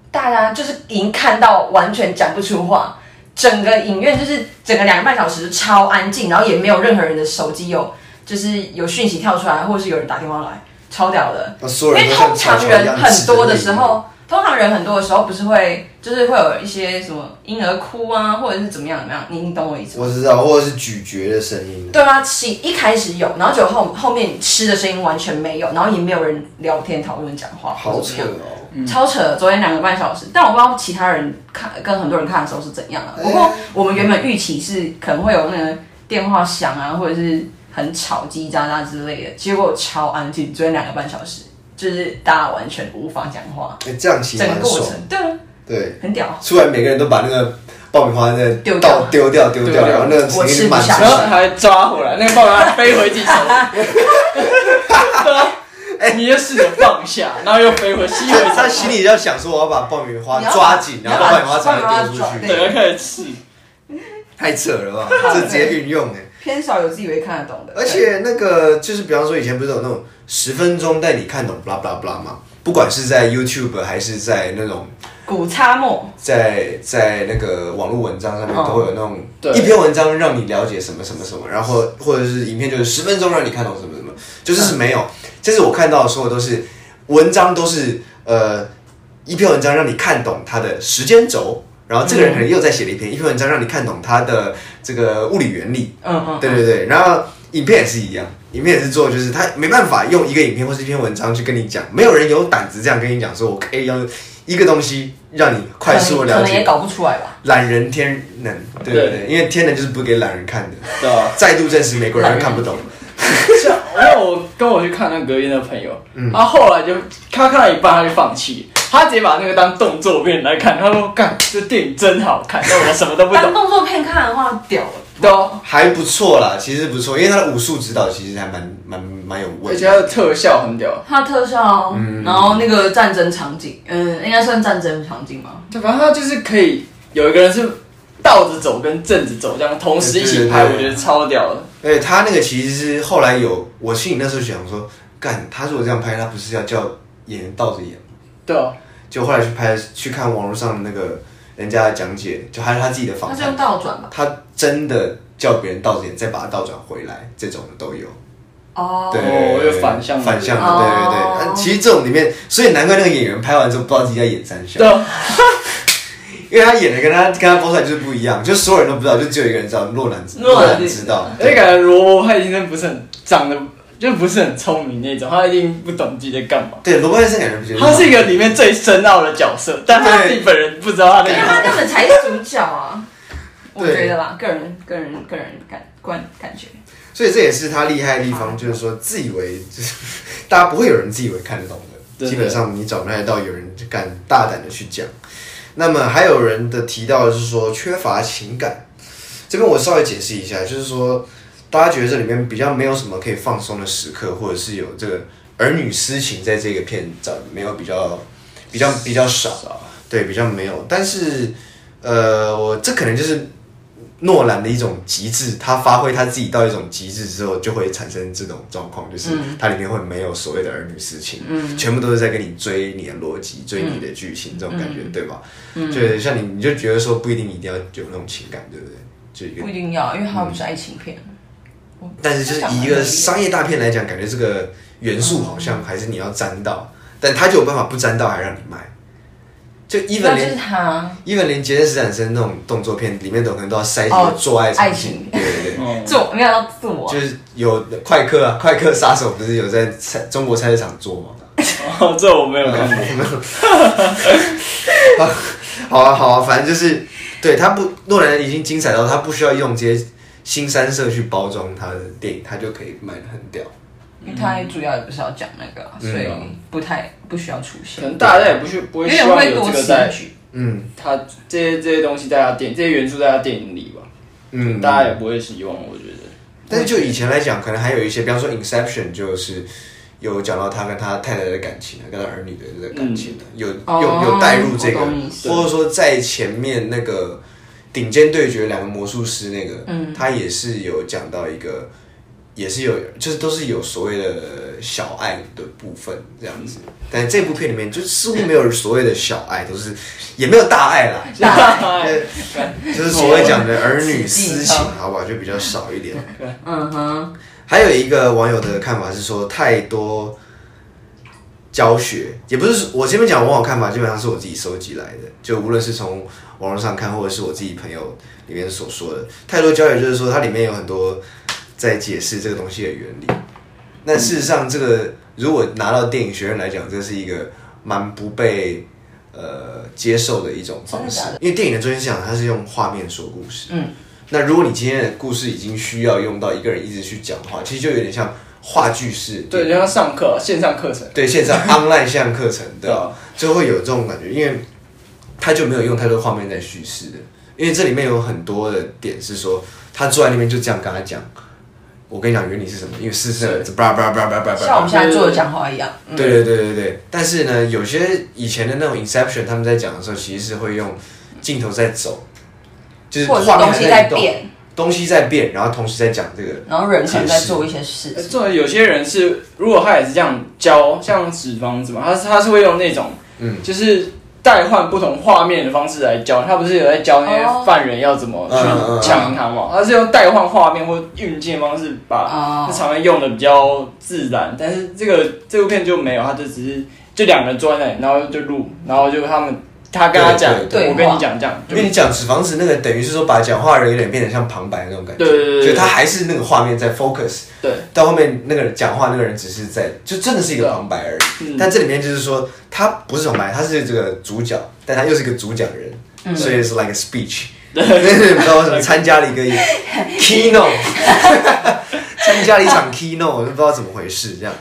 Speaker 3: 大家就是已经看到完全讲不出话，整个影院就是整个两个半小时超安静，然后也没有任何人的手机有就是有讯息跳出来，或者是有人打电话来，超屌的。
Speaker 2: 那所
Speaker 3: 因
Speaker 2: 有人
Speaker 3: 为
Speaker 2: 都
Speaker 3: 通
Speaker 2: 像小
Speaker 3: 常
Speaker 2: 乔一
Speaker 3: 人
Speaker 2: 样
Speaker 3: 很多的时
Speaker 2: 指着你
Speaker 3: 候，通常人很多的时候不是会就是会有一些什么婴儿哭啊，或者是怎么样怎么样，你你懂我意思吗？
Speaker 2: 我知道，或者是咀嚼的声音，
Speaker 3: 对啊，起一开始有，然后就后后面吃的声音完全没有，然后也没有人聊天讨论讲话，或
Speaker 2: 好
Speaker 3: 者怎么
Speaker 2: 扯
Speaker 3: 样
Speaker 2: 哦。
Speaker 3: 超扯，昨天两个半小时，但我不知道其他人看跟很多人看的时候是怎样啊。不过我们原本预期是可能会有那个电话响啊，或者是很吵、叽叽喳喳之类的，结果超安静，昨天两个半小时，就是大家完全无法讲话，
Speaker 2: 哎，这样其实
Speaker 3: 整个
Speaker 2: 蛮
Speaker 3: 过
Speaker 2: 爽
Speaker 3: 程，对啊，
Speaker 2: 对。
Speaker 3: 很屌。
Speaker 2: 出来每个人都把那个爆米花那个
Speaker 3: 丢掉
Speaker 2: 倒丢掉丢
Speaker 4: 丢
Speaker 2: 掉，
Speaker 4: 掉
Speaker 2: 然后那个
Speaker 3: 我吃
Speaker 2: 给
Speaker 3: 不
Speaker 2: 你满
Speaker 3: 下
Speaker 4: 然后
Speaker 2: 出来
Speaker 4: 还抓回来，那个爆米花飞回自 己手里，对啊，你就试着放下，然后又飞回吸回
Speaker 2: 他哎他
Speaker 4: 自
Speaker 2: 心里要想说，我要把爆米花
Speaker 3: 你要
Speaker 2: 抓紧，然后
Speaker 3: 你
Speaker 2: 把
Speaker 3: 要把
Speaker 2: 爆米花才能丢
Speaker 3: 爆米花
Speaker 2: 出
Speaker 3: 抓
Speaker 4: 对，
Speaker 2: 去，
Speaker 4: 要开始吃。
Speaker 2: 太扯了 吧？
Speaker 3: 好
Speaker 2: 这直接运用哎、
Speaker 3: 偏少有自以为看得懂的，
Speaker 2: 而且那个就是，比方说以前不是有那种十分钟带你看懂 blah blah blah 吗？不管是在 YouTube 还是在那种
Speaker 3: 古擦墨，
Speaker 2: 在在那个网络文章上面
Speaker 3: 哦
Speaker 2: 都会有那种
Speaker 4: 对
Speaker 2: 一篇文章让你了解什么什么什么，然后或者是影片就是十分钟让你看懂什么什么，就是是没有。这是我看到的所有都是文章都是呃一篇文章让你看懂它的时间轴，然后这个人可能又在写了一篇、一篇文章让你看懂它的这个物理原理，
Speaker 3: 嗯嗯，
Speaker 2: 对对对，然后影片也是一样，影片也是做，就是他没办法用一个影片或是一篇文章去跟你讲，没有人有胆子这样跟你讲，说我可以用一个东西让你快速
Speaker 3: 可
Speaker 2: 地
Speaker 3: 能可
Speaker 2: 了
Speaker 3: 能也
Speaker 2: 解。
Speaker 3: 搞不出来吧。
Speaker 2: 懒人天能，对对对，因为天能就是不给懒人看的。
Speaker 4: 对啊，
Speaker 2: 再度证实美国人看不懂，
Speaker 4: 像因为我跟我去看那个隔音的朋友，他后来就他看到一半他就放弃，他直接把那个当动作片来看，他说：“干，这电影真好看，但我什么都不
Speaker 3: 当
Speaker 4: 懂。
Speaker 3: 动作片看的话，屌了。”
Speaker 4: 对啊，
Speaker 2: 还不错啦，其实不错，因为他的武术指导其实还蛮蛮蛮有
Speaker 4: 而
Speaker 2: 味
Speaker 4: 且它
Speaker 2: 的。
Speaker 4: 的特效很屌，
Speaker 3: 它特效，
Speaker 2: 嗯
Speaker 3: 然后那个战争场景，嗯，应该算战争场景吧。
Speaker 4: 对，反正他就是可以有一个人是倒着走跟正着走这样同时一起拍，
Speaker 2: 对对对
Speaker 4: 我觉得超屌的。
Speaker 2: 而且他那个其实是后来有，我心里那时候想说，干，他如果这样拍，他不是要叫演员倒着演吗？
Speaker 4: 对啊，
Speaker 2: 就后来去拍去看网络上那个人家的讲解，就还是他自己的
Speaker 3: 它
Speaker 2: 访
Speaker 3: 是用
Speaker 2: 谈，
Speaker 3: 倒转吧？
Speaker 2: 他真的叫别人倒着演，再把它倒转回来，这种的都有。
Speaker 3: 哦，
Speaker 2: 对，
Speaker 4: 哦有反向的
Speaker 2: 反向的，
Speaker 3: 哦
Speaker 2: 对对对。啊其实这种里面，所以难怪那个演员拍完之后不知道自己在演三小
Speaker 4: 对，啊，
Speaker 2: 因为他演的跟他跟他播出来就是不一样，就所有人都不知道，就只有一个人知道，洛南
Speaker 3: 洛兰
Speaker 2: 兰知道。
Speaker 4: 而且感觉罗伯派先生不是很长得就不是很聪明那种，他一定不懂自己在干嘛。
Speaker 2: 对，罗伯特森感觉不觉得
Speaker 4: 他是一个里面最深奥的角色，但他自己本人不知道他
Speaker 3: 因为
Speaker 4: 那个。
Speaker 3: 它根本才是主角啊！我觉得啦，个人、个人、个人感观感觉，
Speaker 2: 所以这也是他厉害的地方，就是说自以为就是 大家不会有人自以为看得懂的，
Speaker 4: 真的
Speaker 2: 基本上你找不太到有人敢大胆的去讲。那么还有人的提到的是说缺乏情感，这边我稍微解释一下，就是说大家觉得这里面比较没有什么可以放松的时刻，或者是有这个儿女私情在这个片找没有比较比较比较少，对比较没有，但是呃，我这可能就是诺兰的一种极致，他发挥他自己到一种极致之后，就会产生这种状况，就是
Speaker 3: 嗯
Speaker 2: 它里面会没有所谓的儿女私情，全部都是在跟你追你的逻辑、追你的剧情这种感觉，
Speaker 3: 嗯
Speaker 2: 对吧？就像你，你就觉得说不一定一定要有那种情感，对不对？就一个
Speaker 3: 不一定要，因为它不是爱情片。我
Speaker 2: 但是就是以一个商业大片来讲，感觉这个元素好像还是你要沾到，但他就有办法不沾到还让你卖。就 even
Speaker 3: 那就
Speaker 2: 连
Speaker 3: 是他，
Speaker 2: even 连杰森斯坦森那种动作片里面都可能都要塞进
Speaker 3: 哦
Speaker 2: 做爱
Speaker 3: 爱
Speaker 2: 场景
Speaker 3: 情，
Speaker 2: 对对对，
Speaker 4: 嗯
Speaker 3: 自我没有到啊自我，
Speaker 2: 就是有快客啊，快客杀手不是有在菜中国菜市场做吗？
Speaker 4: 哦，这我没有看过。
Speaker 2: 好啊好啊，反正就是对他不诺兰已经精彩到他不需要用这些新三色去包装他的电影，他就可以卖的很屌。
Speaker 3: 因为他主要也不是要讲那个啊，所以
Speaker 4: 嗯
Speaker 3: 不太不需要出现
Speaker 4: 可，能大家也不去不
Speaker 3: 有
Speaker 4: 会
Speaker 3: 点
Speaker 4: 希望
Speaker 3: 会
Speaker 4: 有
Speaker 3: 多
Speaker 4: 这个
Speaker 3: 此
Speaker 4: 在
Speaker 3: 一举。
Speaker 2: 嗯
Speaker 4: 他这些这些东西在他电这些元素在他电影里吧，
Speaker 2: 嗯，
Speaker 4: 大家也不会希望，我觉得。
Speaker 2: 但是就以前来讲，可能还有一些，比方说《Inception》，就是有讲到他跟他太太的感情啊，跟他儿女的这个感情啊，有有有带入这个，
Speaker 3: 嗯哦我懂你意思
Speaker 2: 或者说在前面那个顶尖对决两个魔术师那个，
Speaker 3: 嗯
Speaker 2: 他也是有讲到一个，也是有，就是都是有所谓的小爱的部分这样子。
Speaker 3: 嗯
Speaker 2: 但这部片里面就似乎没有所谓的小爱，都是也没有大 爱啦， 就是所谓讲的儿女 私情，好不好？就比较少一点。
Speaker 3: 嗯哼，
Speaker 2: 还有一个网友的看法是说，太多教学，也不是说我前面讲网友看法，基本上是我自己收集来的，就无论是从网络上看，或者是我自己朋友里面所说的，太多教学就是说它里面有很多在解释这个东西的原理。那事实上，这个如果拿到电影学院来讲，这是一个蛮不被呃接受的一种方式
Speaker 3: 真的假，
Speaker 2: 因为电影的中心市场它是用画面说故事，
Speaker 3: 嗯，
Speaker 2: 那如果你今天的故事已经需要用到一个人一直去讲话，其实就有点像话剧式，
Speaker 4: 对，就像上课线上课程，
Speaker 2: 对，线上 online 像课程，对
Speaker 4: 对
Speaker 2: 吧
Speaker 4: 啊？
Speaker 2: 就会有这种感觉，因为他就没有用太多画面在叙事的，因为这里面有很多的点是说，他坐在那边就这样跟他讲，我跟你讲原理是什么，因为是这样子，叭叭叭叭叭叭叭，
Speaker 3: 像我们现在做的讲话一样，嗯
Speaker 2: 对对对对对，但是呢，有些以前的那种 Inception，他们在讲的时候，其实是会用镜头在走，就是
Speaker 3: 或者
Speaker 2: 画面
Speaker 3: 东西
Speaker 2: 还
Speaker 3: 在
Speaker 2: 移动
Speaker 3: 变，
Speaker 2: 东西在变，然后同时在讲这个
Speaker 3: 然后人可能在做一些事
Speaker 4: 呃
Speaker 3: 情，
Speaker 4: 这种有些人是，如果他也是这样教，像纸房子嘛，他是他是会用那种，
Speaker 2: 嗯
Speaker 4: 就是代换不同画面的方式来教。他不是有在教那
Speaker 3: 哦
Speaker 4: 些犯人要怎么
Speaker 2: 嗯嗯嗯
Speaker 4: 去抢银行嘛？他是用代换画面或运镜的方式
Speaker 3: 哦
Speaker 4: 把那场面用的比较自然。但是这个这部片就没有，他就只是就两个人坐在那里，然后就录，然后就他们他跟他讲，
Speaker 2: 对
Speaker 3: 对
Speaker 4: 我跟你讲这样，
Speaker 2: 因为你讲纸房子那个，等于是说把讲话人有点变得像旁白那种感觉，
Speaker 4: 对对对对
Speaker 2: 就他还是那个画面在 focus，
Speaker 4: 对，
Speaker 2: 到后面那个讲话那个人只是在，就真的是一个旁白而已。
Speaker 4: 嗯
Speaker 2: 但这里面就是说，他不是旁白，他是这个主角，但他又是一个主讲人，
Speaker 4: 嗯
Speaker 2: 所以是 like a speech。对， 不知道为什么参加了一个 keynote，参加了一场 keynote，我都不知道怎么回事这样。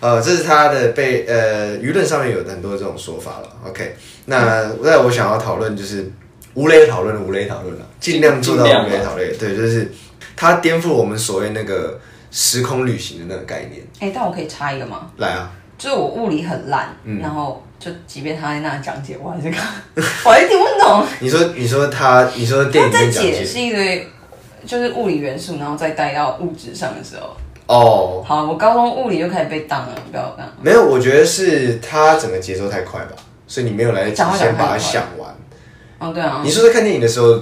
Speaker 2: 呃，这是他的被呃舆论上面有很多这种说法了。OK，那
Speaker 4: 嗯
Speaker 2: 那我想要讨论就是无雷讨论，无雷讨论了，啊尽量做到
Speaker 4: 尽量啊
Speaker 2: 无
Speaker 4: 吧
Speaker 2: 雷讨论。对，就是它颠覆我们所谓那个时空旅行的那个概念。
Speaker 3: 哎，但我可以插一个吗？
Speaker 2: 来啊，
Speaker 3: 就是我物理很烂，
Speaker 2: 嗯
Speaker 3: 然后就即便他在那讲解，我还是看， 我还是听不懂。
Speaker 2: 你说你说他，你说 电
Speaker 3: 他
Speaker 2: 影
Speaker 3: 在
Speaker 2: 里面讲
Speaker 3: 解
Speaker 2: 解
Speaker 3: 释一堆就是物理元素，然后再带到物质上的时候，
Speaker 2: 哦，
Speaker 3: 好，我高中物理就开始被当了，不要当。
Speaker 2: 没有，我觉得是他整个节奏太快吧，所以你没有来得及
Speaker 3: 讲话讲
Speaker 2: 先把它
Speaker 3: 太快
Speaker 2: 想完。
Speaker 3: 哦，对啊
Speaker 2: 你，说在看电影的时候，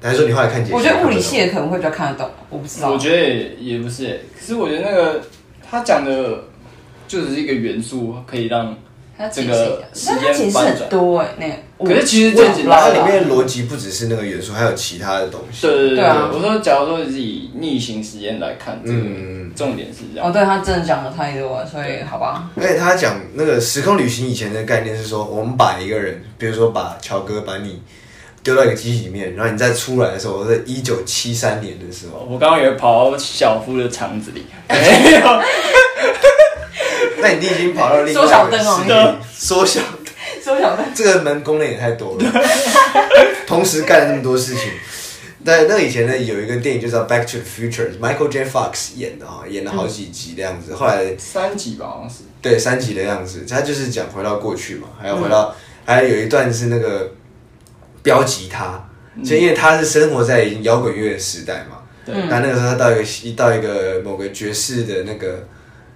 Speaker 2: 还是说你后来看解析？
Speaker 3: 我觉得物理
Speaker 2: 线。
Speaker 3: 系的可能会比较看得懂，我不知道。
Speaker 4: 我觉得也也不是欸，可是我觉得那个他讲的就只是一个元素，可以让
Speaker 3: 他解释
Speaker 4: 这个
Speaker 3: 一下，但他解释很多哎，那个物
Speaker 4: 可是其实
Speaker 3: 我
Speaker 4: 这
Speaker 3: 也不
Speaker 4: 几
Speaker 3: 知道
Speaker 2: 它
Speaker 3: 啦
Speaker 2: 里面的逻辑不只是那个元素，还有其他的东西。
Speaker 4: 对对对
Speaker 3: 对啊
Speaker 4: 我说假如说是以逆行实验来看，这个
Speaker 2: 嗯
Speaker 4: 重点是这样，
Speaker 3: 哦，对他真的讲的太多了，所以好吧，
Speaker 2: 而且他讲那个时空旅行以前的概念是说，我们把一个人，比如说把乔哥把你丢到一个机器里面，然后你再出来的时候，在一九七三年的时候，
Speaker 4: 哦我刚刚以为跑到小夫的肠子里， 没有，
Speaker 2: 那你已经跑到另外
Speaker 3: 缩小
Speaker 2: 一个
Speaker 3: 灯哦
Speaker 2: 世界， 缩小
Speaker 3: 缩小的
Speaker 2: 这个门功能也太多了，同时干了那么多事情。那那以前呢，有一个电影就叫《Back to the Future》，Michael J. Fox 演的啊，演了好几集的样子。后来
Speaker 4: 三集吧，好像是，
Speaker 2: 对三集的样子，他就是讲回到过去嘛，还要回到，还有一段是那个标吉他，就因为他是生活在摇滚乐的时代嘛，那那个时候他到一个西到一个某个爵士的那个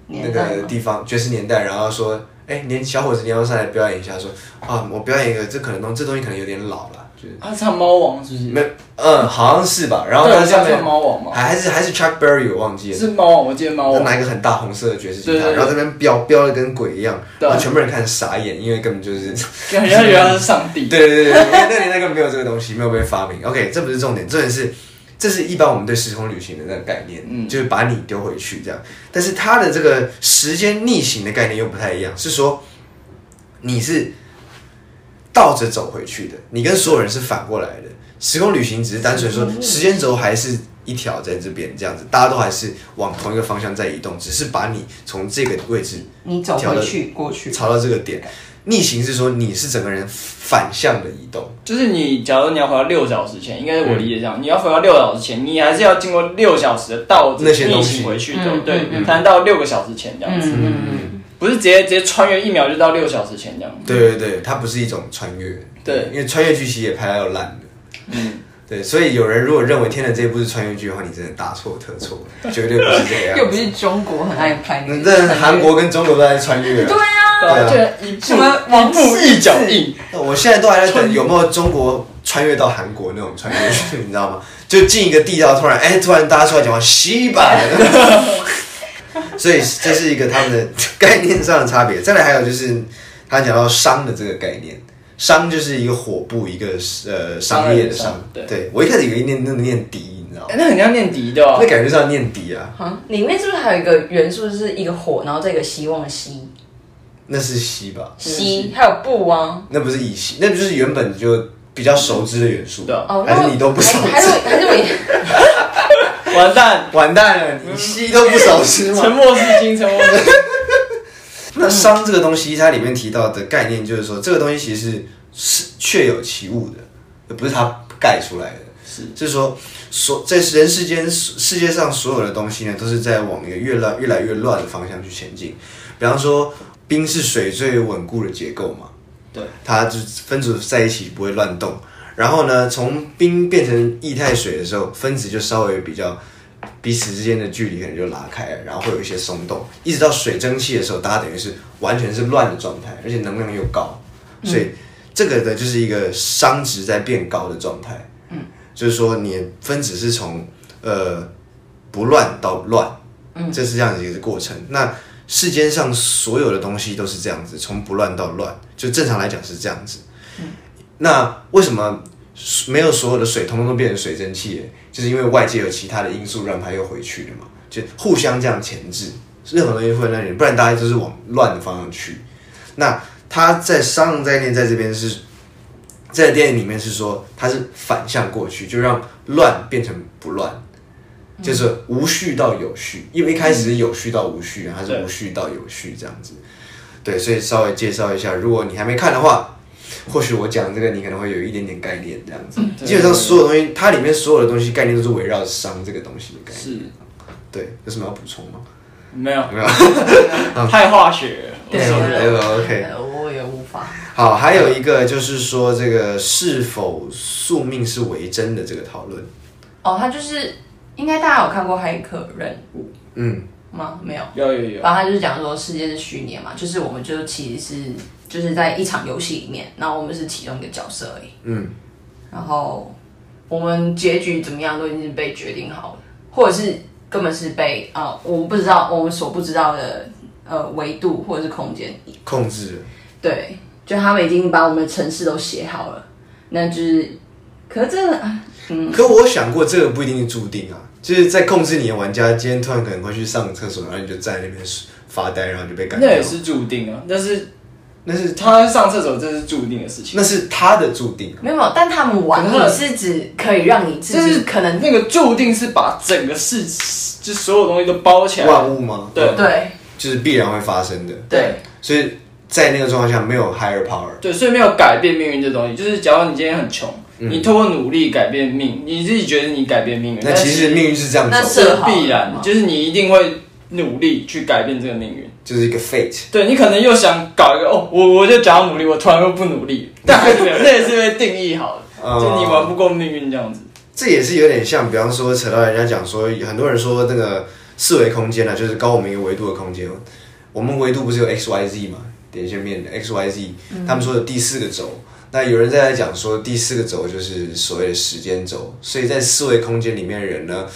Speaker 2: 那
Speaker 3: 年代
Speaker 2: 个
Speaker 3: 吗
Speaker 2: 地方爵士年代，然后说，哎、年小伙子，你要不要上来表演一下？说啊，我表演一个，这可能东这东西可能有点老了，就是
Speaker 4: 他唱猫王啊是不是？
Speaker 2: 没，嗯，好像是吧。然后
Speaker 4: 对
Speaker 2: 他上
Speaker 4: 他
Speaker 2: 面
Speaker 4: 唱猫王嘛
Speaker 2: 还还是还是 Chuck Berry，我忘记了。
Speaker 4: 是猫王，我记得猫
Speaker 2: 他
Speaker 4: 王。
Speaker 2: 拿一个很大红色的爵士吉
Speaker 4: 对对
Speaker 2: 他，
Speaker 4: 对
Speaker 2: 然后在那边飙飙的跟鬼一样，
Speaker 4: 对啊
Speaker 2: 然后全部人看傻眼，因为根本就是，
Speaker 4: 感觉觉得他是上帝。
Speaker 2: 对对对对，那年代根本没有这个东西，没有被发明。OK，这不是重点，重点是这是一般我们对时空旅行的那个概念，就是把你丢回去这样。但是它的这个时间逆行的概念又不太一样，是说你是倒着走回去的，你跟所有人是反过来的。时空旅行只是单纯说时间轴还是一条在这边这样子，大家都还是往同一个方向在移动，只是把你从这个位置
Speaker 3: 你走
Speaker 2: 调
Speaker 3: 回
Speaker 2: 得
Speaker 3: 去过去，
Speaker 2: 朝到这个点。逆行是说你是整个人反向的移动，
Speaker 4: 就是你，假如你要回到六小时前，应该是我理解这样，你要回到六小时前，你还是要经过六小时的倒
Speaker 2: 那些东
Speaker 4: 逆
Speaker 2: 西
Speaker 4: 行回去的，
Speaker 3: 嗯
Speaker 4: 对
Speaker 3: 嗯，嗯
Speaker 4: 才能到六个小时前这样
Speaker 3: 嗯
Speaker 4: 子，
Speaker 3: 嗯嗯，
Speaker 4: 不是直接直接穿越一秒就到六小时前这样。
Speaker 2: 对对对，它不是一种穿越，
Speaker 4: 对
Speaker 2: 因为穿越剧其实也拍到烂的，
Speaker 4: 嗯，
Speaker 2: 对，所以有人如果认为《天能》这一部是穿越剧的话，你真的大错特错，绝对不是这个样子。
Speaker 3: 又不是中国很爱拍那
Speaker 2: 那
Speaker 3: 个，
Speaker 2: 嗯这韩国跟中国都在穿越
Speaker 3: 对
Speaker 2: 啊。
Speaker 3: 啊，
Speaker 4: 对
Speaker 2: 啊
Speaker 4: 啊，就一步
Speaker 3: 什么王
Speaker 4: 一步
Speaker 3: 世
Speaker 4: 一脚
Speaker 3: 子
Speaker 4: 印，
Speaker 2: 我现在都还在等有没有中国穿越到韩国那种穿越剧，你知道吗？ 就进一个地道，突然哎、突然大家出来讲话，西吧。 所以这是一个他们的概念上的差别。再来还有就是他讲到商的这个概念，商就是一个火部，一个呃商业的
Speaker 4: 商
Speaker 2: 商。
Speaker 4: 对
Speaker 2: 我一开始以为念那个念敌，你知道吗
Speaker 4: 哎？那很像念迪的啊
Speaker 2: 那，感觉上念敌啊，
Speaker 3: 啊，里面是不是还有一个元素是一个火，然后再一个希望的希
Speaker 2: 那是西吧？
Speaker 3: 希，还有布啊，
Speaker 2: 那不是乙烯，那就是原本就比较熟知的元素。
Speaker 4: 对啊
Speaker 3: 哦，
Speaker 2: 还
Speaker 3: 那
Speaker 2: 是你都不熟
Speaker 3: 还是
Speaker 2: 知？
Speaker 3: 还是 我。
Speaker 4: 完蛋，
Speaker 2: 完蛋了，你西都不熟知吗？
Speaker 4: 沉默是金，沉默是金。
Speaker 2: 那商这个东西，它里面提到的概念就是说，这个东西其实是是确有其物的，不是它盖出来的。是，就是说，所在人世间世界上所有的东西呢，都是在往一个越乱越来越乱的方向去前进。比方说，冰是水最稳固的结构嘛，
Speaker 4: 对，
Speaker 2: 它就分子在一起不会乱动。然后呢，从冰变成液态水的时候，分子就稍微比较彼此之间的距离可能就拉开了，然后会有一些松动，一直到水蒸气的时候，大家等于是完全是乱的状态，而且能量又高，所以这个呢就是一个熵值在变高的状态。嗯，就是说你的分子是从呃不乱到乱，嗯，这是这样子一个过程。那世间上所有的东西都是这样子，从不乱到乱，就正常来讲是这样子。那为什么没有所有的水通通都变成水蒸气耶？就是因为外界有其他的因素让它又回去了嘛，就互相这样前置，任何东西会让你，不然大家就是往乱的方向去。那他在商人概念在这边是，在电影里面是说它是反向过去，就让乱变成不乱。就是无序到有序，因为一开始是有序到无序，然啊后它是
Speaker 4: 对
Speaker 2: 无序到有序这样子。对，所以稍微介绍一下，如果你还没看的话，或许我讲这个你可能会有一点点概念这样子。
Speaker 4: 嗯对
Speaker 2: 基本上所有东西，它里面所有的东西概念都是围绕着商这个东西的概念。
Speaker 4: 是，
Speaker 2: 对，有什么要补充吗？
Speaker 4: 没有
Speaker 2: 没有，
Speaker 4: 太化学了，我
Speaker 3: 对
Speaker 4: 受不了。
Speaker 2: o k
Speaker 3: 呃我也无法。
Speaker 2: 好，还有一个就是说这个是否宿命是为真的这个讨论。
Speaker 3: 哦，他就是应该大家有看过《骇客任务
Speaker 2: 嗯，》
Speaker 3: 吗？没有，
Speaker 4: 有有有，
Speaker 3: 反正他就是讲说世界是虚拟的嘛，就是我们就其实是就是在一场游戏里面，然后我们是其中一个角色而已。
Speaker 2: 嗯，
Speaker 3: 然后我们结局怎么样都已经是被决定好了，或者是根本是被啊、呃我们不知道我们所不知道的呃维度或者是空间
Speaker 2: 控制
Speaker 3: 对，就他们已经把我们的城市都写好了，那就是，可是这啊
Speaker 4: 嗯
Speaker 2: 可我想过，这个不一定是注定啊，就是在控制你的玩家，今天突然可能会去上个厕所，然后你就站在那边发呆，然后就被干
Speaker 4: 那
Speaker 2: 掉
Speaker 4: 也。是注定啊。但是
Speaker 2: 那是
Speaker 4: 他上厕所，这是注定的事情。
Speaker 2: 那是他的注定啊，
Speaker 3: 没有没有，但他们玩
Speaker 4: 可是
Speaker 3: 你是指可以让你自
Speaker 4: 就
Speaker 3: 己
Speaker 4: 是
Speaker 3: 可能
Speaker 4: 那个注定是把整个世，就所有东西都包起来。
Speaker 2: 万物吗？
Speaker 4: 对
Speaker 3: 对
Speaker 2: 就是必然会发生的。
Speaker 4: 对
Speaker 2: 所以在那个状况下，没有 higher power。
Speaker 4: 对，所以没有改变命运这东西。就是假如你今天很穷，
Speaker 2: 嗯
Speaker 4: 你通过努力改变命，你自己觉得你改变命运，
Speaker 2: 那其实命运是这样
Speaker 3: 那
Speaker 2: 走
Speaker 3: 是
Speaker 2: 的，
Speaker 4: 这必然，就是你一定会努力去改变这个命运。
Speaker 2: 就是一个 fate。
Speaker 4: 对你可能又想搞一个哦，我我就假要努力，我突然又不努力，但还是没有，那也是被定义好的。
Speaker 2: 哦
Speaker 4: 就你玩不过命运这样子。
Speaker 2: 这也是有点像，比方说扯到人家讲说，很多人说那个四维空间啊，就是高我们一个维度的空间。我们维度不是有 x y z 嘛，点线面 x y z，他
Speaker 3: 嗯
Speaker 2: 们说的第四个轴。那有人在讲说，第四个轴就是所谓的时间轴，所以在四维空间里面的人呢，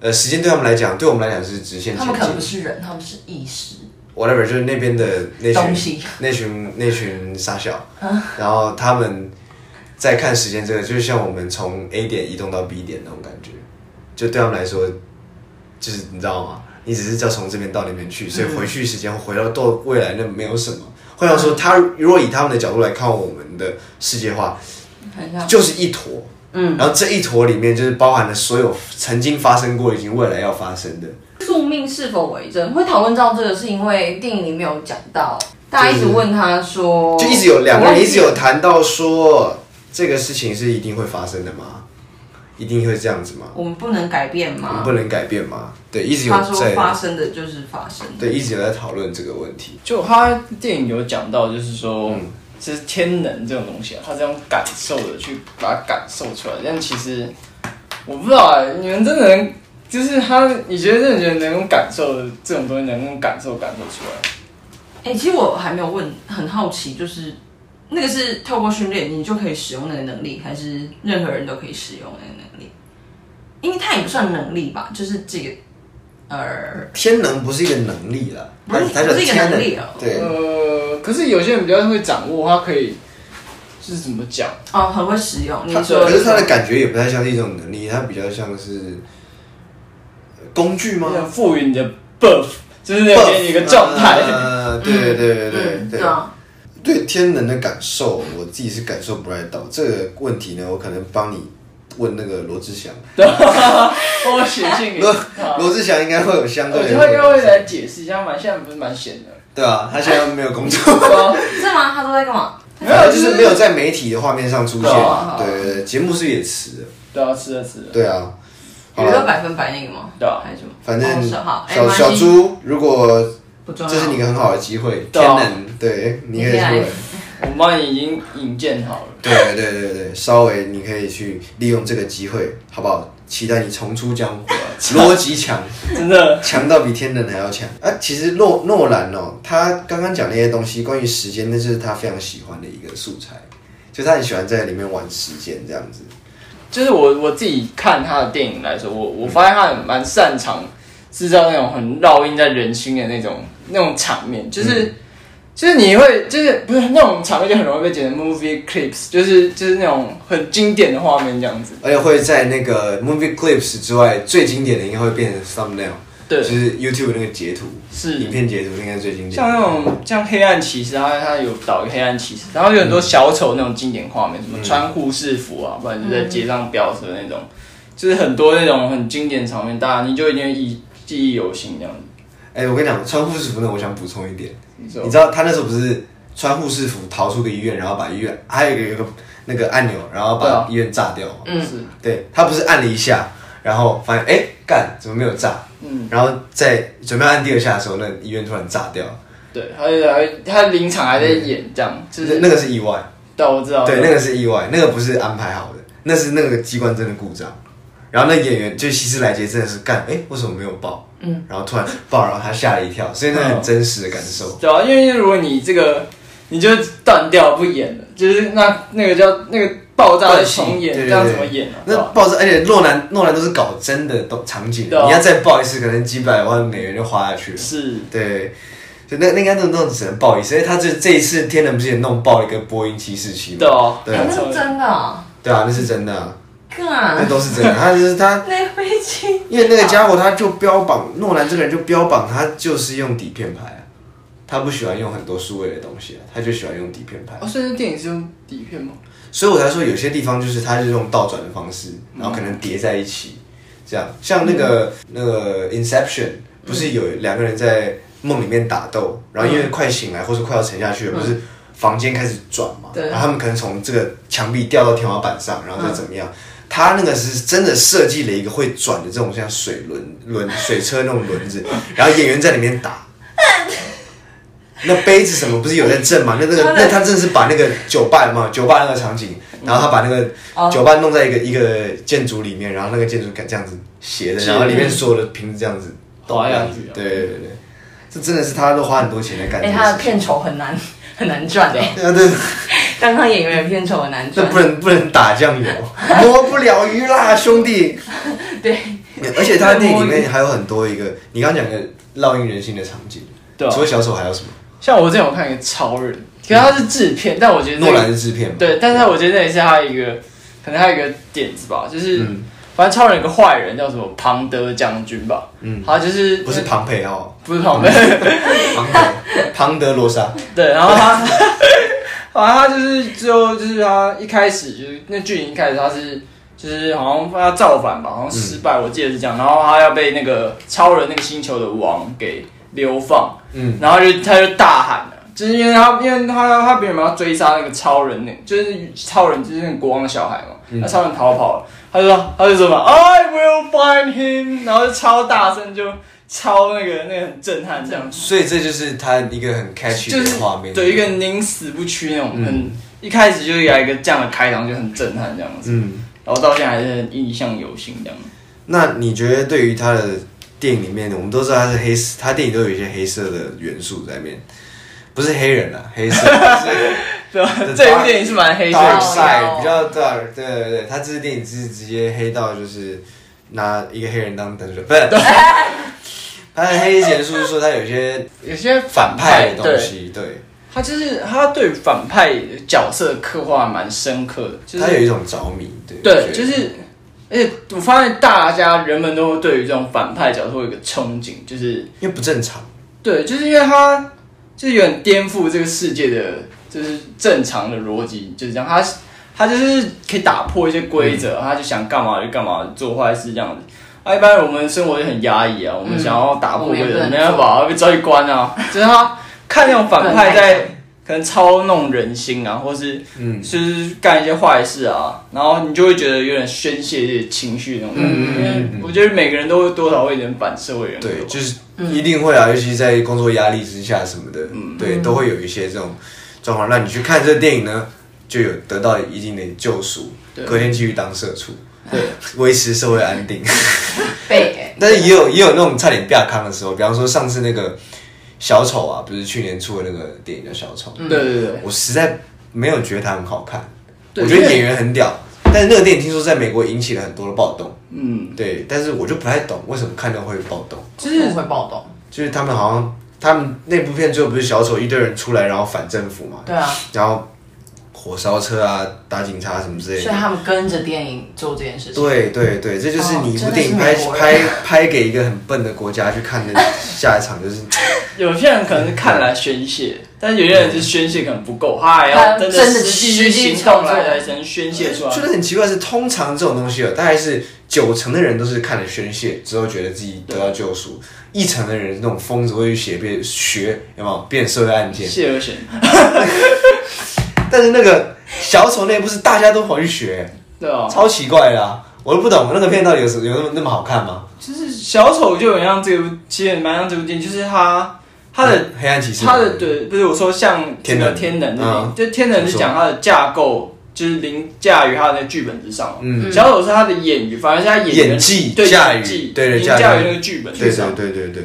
Speaker 2: 呃，时间对他们来讲，对我们来讲是直线
Speaker 3: 他
Speaker 2: 前
Speaker 3: 们可能不
Speaker 2: 进。
Speaker 3: 是人，他们是意识。
Speaker 2: whatever，就是那边的那
Speaker 3: 东
Speaker 2: 群
Speaker 3: 西啊
Speaker 2: 那群那群傻小，然后他们在看时间这个，就像我们从 A 点移动到 B 点那种感觉，就对他们来说，就是你知道吗？你只是叫从这边到那边去，所以回去时间回到到未来那没有什么。换句话
Speaker 3: 嗯
Speaker 2: 说，他如果以他们的角度来看我们的世界的话，
Speaker 3: 很像
Speaker 2: 就是一坨，嗯，然后这一坨里面就是包含了所有曾经发生过、已经未来要发生的，
Speaker 3: 宿命是否为真？会讨论到这个，是因为电影里面有讲到，大家一直问他说，
Speaker 2: 就一直有两个
Speaker 3: 我忘
Speaker 2: 人
Speaker 3: 记
Speaker 2: 一直有谈到说这个事情是一定会发生的吗？一定会这样子吗？
Speaker 3: 我们不能改变
Speaker 2: 我们
Speaker 3: 吗？
Speaker 2: 不能改变吗？对，一直有
Speaker 3: 他说
Speaker 2: 在
Speaker 3: 发生的就是发生的，
Speaker 2: 对一直有在讨论这个问题。
Speaker 4: 就他电影有讲到，就是说，就是天能这种东西啊，他这种感受的去把它感受出来。但其实我不知道、啊，你们真的能，就是他，你觉得真的觉得能用感受的这种东西，能用感受感受出来？
Speaker 3: 哎、其实我还没有问，很好奇，就是那个是透过训练你就可以使用那个能力，还是任何人都可以使用那个能力？因为它也不算能力吧，就是这个，呃，
Speaker 2: 天能不是一个能力啦，
Speaker 3: 不是
Speaker 2: 它它叫
Speaker 3: 不是一个
Speaker 2: 天
Speaker 3: 能力啊
Speaker 2: 对，
Speaker 4: 呃，可是有些人比较会掌握，他可以就是怎么讲？
Speaker 3: 哦，很会使用。你
Speaker 4: 它
Speaker 3: 说
Speaker 2: 可是它的感觉也不太像是一种能力，它比较像是呃工具吗？
Speaker 4: 要赋予你的 buff，就是要给你一个状态。
Speaker 2: 呃，对对对对对
Speaker 3: 嗯对啊，
Speaker 2: 对天能的感受，我自己是感受不太到这个问题呢。我可能帮你问那个罗志祥，
Speaker 4: 我写信给
Speaker 2: 罗
Speaker 4: 他，
Speaker 2: 罗志祥应该会有相
Speaker 4: 我
Speaker 2: 呃对
Speaker 4: 觉
Speaker 2: 的
Speaker 4: 得他应该会来解释一下嘛，现在不是蛮闲的。
Speaker 2: 对啊，他现在没有工作，
Speaker 4: 对啊
Speaker 3: 是吗？他都在干嘛？
Speaker 4: 没 有，
Speaker 2: 就
Speaker 4: 就是是
Speaker 2: 没有在媒体的画面上出现
Speaker 4: 对啊。
Speaker 2: 对对对，节目是不是也迟了？
Speaker 4: 对啊，吃了吃了。
Speaker 2: 对啊，
Speaker 3: 娱
Speaker 2: 好
Speaker 3: 乐
Speaker 2: 了，
Speaker 3: 百分百那个吗？
Speaker 4: 对啊
Speaker 3: 还是什么？
Speaker 2: 反
Speaker 3: 哦
Speaker 2: 正
Speaker 3: 是好，哎
Speaker 2: 小小，
Speaker 3: 没关系
Speaker 2: 猪，如果
Speaker 3: 不重
Speaker 2: 这
Speaker 3: 要。
Speaker 2: 是你一个很好的机会，
Speaker 4: 对
Speaker 2: 天
Speaker 4: 啊
Speaker 2: 能，对，你可以
Speaker 3: 你可以
Speaker 2: 出
Speaker 3: 来
Speaker 2: 来。
Speaker 4: 我们帮你已经引荐好了。
Speaker 2: 对对对对，稍微你可以去利用这个机会，好不好？期待你重出江 湖，啊逻辑强。
Speaker 4: 真的，
Speaker 2: 强到比天能还要强啊！其实诺诺兰哦，他刚刚讲那些东西，关于时间，那就是他非常喜欢的一个素材，就他很喜欢在里面玩时间这样子。
Speaker 4: 嗯就是我我自己看他的电影来说，我我发现他很蛮擅长制造那种很烙印在人心的那种那种场面，就是、就是你会就是不是那种场面就很容易被剪成 movie clips，就是就是那种很经典的画面这样子。
Speaker 2: 而且会在那个 movie clips 之外，最经典的应该会变成 thumbnail，
Speaker 4: 对
Speaker 2: 就，是 YouTube 那个截图，
Speaker 4: 是
Speaker 2: 影片截图应该最经典。
Speaker 4: 嗯像那种像黑暗骑士，他他有导一个黑暗骑士，然后有很多小丑那种经典画面，
Speaker 2: 嗯
Speaker 4: 什么穿护士服啊，不然就在街上飙车那种，就是很多那种很经典场面，大家你就一定会记记忆犹新这样子。
Speaker 2: 哎、我跟你讲，穿护士服呢，我想补充一点，
Speaker 4: 你知道
Speaker 2: 你知道他那时候不是穿护士服逃出个医院，然后把医院还有一个有一个那个按钮，然后
Speaker 4: 对
Speaker 2: 把
Speaker 4: 啊
Speaker 2: 医院炸掉吗？
Speaker 3: 嗯
Speaker 4: 是
Speaker 2: 对他不是按了一下，然后发现哎干怎么没有炸？
Speaker 4: 嗯，
Speaker 2: 然后在准备按第二下的时候，那医院突然炸掉，
Speaker 4: 对，他就还他临场还在演这样，就
Speaker 2: 那
Speaker 4: 是
Speaker 2: 那个是意外，
Speaker 4: 对，我知道，
Speaker 2: 嗯对，那个是意外，那个不是安排好的，那是那个机关真的故障。然后那演员就希斯莱杰真的是干，哎，为什么没有爆？嗯，然后突然爆，然后他吓了一跳，所以那很真实的感受。
Speaker 4: 对啊，因为如果你这个你就断掉不演了，就是那那个叫那个爆炸的重演，
Speaker 2: 对对对
Speaker 4: 这样怎么演啊？
Speaker 2: 那
Speaker 4: 对吧
Speaker 2: 爆炸，而且诺兰诺兰都是搞真的都场景，
Speaker 4: 对啊
Speaker 2: 你要再爆一次，可能几百万美元就花下去了。
Speaker 4: 是
Speaker 2: 对，就那那应该都那种只能爆一次，因哎为他这这一次天能不是也弄爆一个波音七四七吗？
Speaker 4: 对啊，
Speaker 2: 对
Speaker 3: 哎那是真的啊，
Speaker 2: 对啊，那是真的啊，那
Speaker 3: 干，
Speaker 2: 都是真的。他就是他
Speaker 3: 那飞机
Speaker 2: 因为那个家伙他就标榜诺兰这个人就标榜他就是用底片拍啊，他不喜欢用很多数位的东西啊，他就喜欢用底片拍啊
Speaker 4: 哦，，所以这电影是用底片吗？
Speaker 2: 所以我才说有些地方就是他就是用倒转的方式，然后可能叠在一起，这样像那个、那个 Inception 不是有两个人在梦里面打斗，然后因为快醒来或者快要沉下去了，不是房间开始转嘛，
Speaker 3: 对
Speaker 2: 然后他们可能从这个墙壁掉到天花板上，然后再怎么样。他那个是真的设计了一个会转的这种像水轮轮水车那种轮子，然后演员在里面打。那杯子什么不是有在震吗？那那个那他真的是把那个酒吧嘛，酒吧那个场景然后他把那
Speaker 3: 哦
Speaker 2: 个酒吧弄在一个一个建筑里面，然后那个建筑感这样子斜的，
Speaker 4: 是
Speaker 2: 然后里面所有的瓶子这样子倒
Speaker 4: 滑下去啊
Speaker 2: 对对对对，这真的是他都花很多钱来干这
Speaker 3: 哎，
Speaker 2: 件
Speaker 3: 他的
Speaker 2: 事情。
Speaker 3: 片酬很难 很难赚哎，
Speaker 2: 对啊，对，
Speaker 3: 当上演员的片酬很难
Speaker 2: 这
Speaker 3: 赚
Speaker 2: 不。能不能打酱 油，摸不了鱼啦，兄弟。
Speaker 3: 对，
Speaker 2: 而且他的电影里面还有很多一个，你刚刚讲的烙印人心的场景，
Speaker 4: 对啊
Speaker 2: 除了小丑还有什么？
Speaker 4: 像我之前有看一个超人，可是他是制片，但我觉得那
Speaker 2: 诺
Speaker 4: 个
Speaker 2: 兰的制片嘛，
Speaker 4: 对，但是我觉得那也是他一个，可能他一个点子吧，就是、
Speaker 2: 嗯
Speaker 4: 反正超人有个坏人叫什么庞德将军吧，
Speaker 2: 嗯
Speaker 4: 他就是
Speaker 2: 不是庞培哦，
Speaker 4: 不是庞德，
Speaker 2: 庞德，庞德罗莎，
Speaker 4: 对，然后他，反正他就是最后就是他一开始就是那剧情一开始他是就是好像他造反吧，好像失败，我记得是这样，然后他要被那个超人那个星球的王给流放，
Speaker 2: 嗯，
Speaker 4: 然后就他就大喊了。就是因为他，因为他他别人要追杀那个超人，那就是超人就是那个国王的小孩嘛，那超人逃跑了，他就说他就说嘛，I will find him，然后就超大声就超那个那个很震撼这样，
Speaker 2: 所以这就是他一个很 catchy
Speaker 4: 就是
Speaker 2: 的画面，嗯
Speaker 4: 对一个宁死不屈那种很，一开始就是来一个这样的开场就很震撼这样子，
Speaker 2: 嗯，
Speaker 4: 然后到现在还是很印象犹新这样。
Speaker 2: 那你觉得对于他的电影里面，我们都知道他是黑色，他电影都有一些黑色的元素在里面，不是黑人 啊，黑色是
Speaker 4: 对吧
Speaker 2: The？
Speaker 4: 这部电影是蛮黑色哦
Speaker 2: dark
Speaker 4: 的，
Speaker 2: side 比较 dark，对对对，他这支电影是直接黑到就是拿一个黑人当等着，不 是，他的黑元素是说他有一些
Speaker 4: 有些
Speaker 2: 反派的东
Speaker 4: 对
Speaker 2: 西，对，
Speaker 4: 他就是他对反派的角色刻画蛮深刻的，就
Speaker 2: 他有
Speaker 4: 是
Speaker 2: 一种着迷，对，我觉得
Speaker 4: 对，就是，而且我发现大家人们都会对于这种反派角色会有一个憧憬，就是
Speaker 2: 因为不正常。
Speaker 4: 对，就是因为他就是有点颠覆这个世界的，就是正常的逻辑，就是这样，他他就是可以打破一些规则，他就想干嘛就干嘛，做坏事这样子。啊，一般我们生活就很压抑啊，我们
Speaker 3: 嗯
Speaker 4: 想要打破
Speaker 3: 我们
Speaker 4: 规
Speaker 3: 也不
Speaker 4: 则，
Speaker 3: 能
Speaker 4: 没办法，被抓去关啊。就是他看那种反派在可能操弄人心啊，或是
Speaker 2: 嗯
Speaker 4: 就是干一些坏事啊，然后你就会觉得有点宣泄这些情绪那种感
Speaker 2: 嗯
Speaker 4: 觉。
Speaker 2: 嗯嗯嗯
Speaker 4: 因为我觉得每个人都会多少会有点反社会人格吧。
Speaker 2: 对，就是
Speaker 4: 嗯
Speaker 2: 一定会啊，尤其在工作压力之下什么的，
Speaker 4: 嗯
Speaker 2: 对，都会有一些这种状况。那你去看这电影呢，就有得到一定的救赎，隔天继续当社畜，
Speaker 4: 对，
Speaker 2: 维持社会安 定。
Speaker 3: 被哎
Speaker 2: 但是也有也有那种差点变康的时候，比方说上次那个小丑啊，不是去年出的那个电影叫小丑，
Speaker 4: 对对对。
Speaker 2: 我实在没有觉得它很好看，
Speaker 4: 对
Speaker 2: 我觉
Speaker 4: 因
Speaker 2: 得
Speaker 4: 为
Speaker 2: 演员很屌，但是那个电影听说在美国引起了很多的暴动，
Speaker 4: 嗯，
Speaker 2: 对，但是我就不太懂为什么看到会暴动。
Speaker 4: 就是
Speaker 3: 会暴动。
Speaker 2: 就是他们好像他们那部片最后不是小丑一堆人出来，然后反政府嘛，
Speaker 3: 对啊，
Speaker 2: 然后火烧车啊，打警察什么之
Speaker 3: 所
Speaker 2: 类
Speaker 3: 以
Speaker 2: 的。
Speaker 3: 他们跟着电影做这件事情。
Speaker 2: 对对对，这就是你一部电影
Speaker 3: 哦真
Speaker 2: 拍、
Speaker 3: 的是美国
Speaker 2: 拍
Speaker 3: 人
Speaker 2: 拍给一个很笨的国家去看的下一场，就是
Speaker 4: 有些人可能是看来宣泄，但是有些人是宣泄可能不够，嗯他还要真的
Speaker 3: 真的
Speaker 4: 实际去
Speaker 3: 实际
Speaker 4: 行动
Speaker 3: 操作
Speaker 4: 来来才能宣泄出来
Speaker 2: 觉。得很奇怪是，通常这种东西哦，大概是九成的人都是看了宣泄之后觉得自己得到救赎，一成的人那种疯子会去写变学有没有变社会案件，
Speaker 4: 谢而贤，
Speaker 2: 但是那个小丑那部是大家都跑去学，
Speaker 4: 对啊，
Speaker 2: 超奇怪的、啊，我都不懂那个片到底有什有那么那么好看吗？
Speaker 4: 就是小丑就很像这部，其实蛮像这部电影，就是他他的
Speaker 2: 黑暗骑士，
Speaker 4: 他嗯的对，不是我说像这
Speaker 2: 天
Speaker 4: 个
Speaker 2: 能
Speaker 4: 天能的
Speaker 2: 嗯，
Speaker 4: 就天能是讲他的架构就是凌驾于他的剧本之上嘛。
Speaker 2: 嗯，
Speaker 4: 小丑是他的演语，反而是他演员
Speaker 2: 演技
Speaker 4: 对
Speaker 2: 驾
Speaker 4: 演
Speaker 2: 驭
Speaker 4: 技
Speaker 2: 对对
Speaker 4: 凌
Speaker 2: 驾驭
Speaker 4: 驾于那个剧本之
Speaker 2: 对
Speaker 4: 上
Speaker 2: 对。对对对，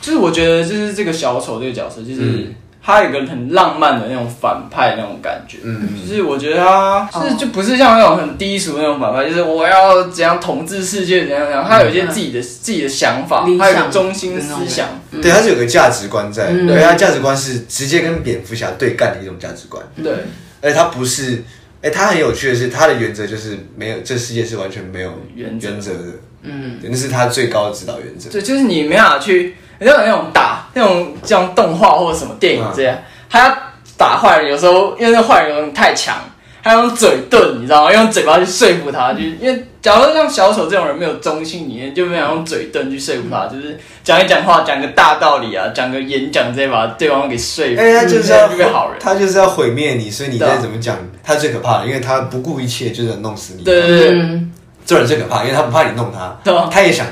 Speaker 4: 就是我觉得，就是这个小丑这个角色，就是
Speaker 2: 嗯
Speaker 4: 他有一个很浪漫的那种反派那种感觉。
Speaker 2: 嗯，
Speaker 4: 就是我觉得他
Speaker 3: 哦
Speaker 4: 就是就不是像那种很低俗那种反派，就是我要怎样统治世界怎样怎样。他有一些自己的自己的想法
Speaker 3: 嗯理，想
Speaker 4: 他有一个中心思想。
Speaker 2: 对，他是有个价值观在，
Speaker 3: 嗯
Speaker 2: 对，他价值观是直接跟蝙蝠侠对干的一种价值观，
Speaker 4: 对
Speaker 2: 而且他不是，哎，他很有趣的是，他的原则就是没有，这世界是完全没有
Speaker 4: 原则
Speaker 2: 原则的，
Speaker 3: 嗯，
Speaker 2: 对那是他最高的指导原则。
Speaker 4: 对，就是你没办法去，你像那种打那种像动画或者什么电
Speaker 2: 嗯
Speaker 4: 影这样，他要打坏人，有时候因为那坏人有点太强。他用嘴遁，你知道吗？用嘴巴去说服他，
Speaker 2: 嗯
Speaker 4: 就是因为假如像小丑这种人没有中心理念，就没有用嘴遁去说服他，就是讲一讲话，讲个大道理啊，讲个演讲直接把对嗯方给说服，
Speaker 2: 哎，他就是要
Speaker 4: 这样就变好人。
Speaker 2: 他就是要毁灭你，所以你
Speaker 4: 对啊
Speaker 2: 再怎么讲，他最可怕的，因为他不顾一切就是弄死你。
Speaker 4: 对对对，
Speaker 3: 嗯，
Speaker 2: 这人最可怕，因为他不怕你弄他，
Speaker 4: 对啊嗯
Speaker 2: 他也想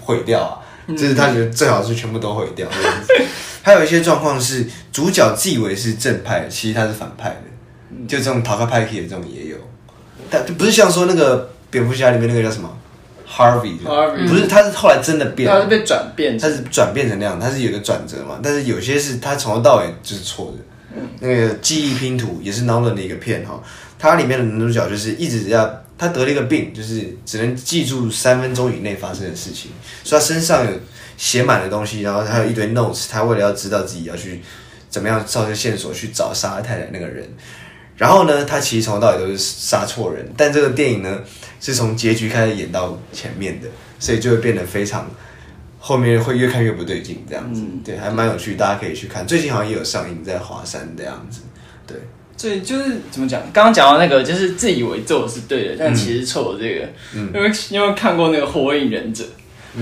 Speaker 2: 毁掉啊，就是他觉得最好是全部都毁掉。这 样子还有一些状况是
Speaker 4: 嗯
Speaker 2: 主角自以为是正派，其实他是反派的，就这种逃开派克的这种也有。但不是像说那个蝙蝠侠里面那个叫什么 Harvey，的
Speaker 4: Harvey
Speaker 2: 不是，他是后来真的变
Speaker 4: 它
Speaker 2: 了
Speaker 4: 是，啊被转变
Speaker 2: 他是转变成那样，他是有个转折嘛，但是有些是他从头到尾就是错的。那个记忆拼图也是 Nolan 的一个片哈，它里面的男主角就是一直要他得了一个病，就是只能记住三分钟以内发生的事情，所以他身上有写满了东西，然后还有一堆 notes，他为了要知道自己要去怎么样照着线索去找杀太太那个人，然后呢，他其实从头到尾都是杀错人，但这个电影呢是从结局开始演到前面的，所以就会变得非常后面会越看越不对劲，这样子，对，还蛮有趣，大家可以去看。最近好像也有上映在华山这样子，对，
Speaker 4: 所以就是怎么讲？刚刚讲到那个，就是自以为做的是对的，但其实错的这个。因为你有没有看过那个《火影忍者》？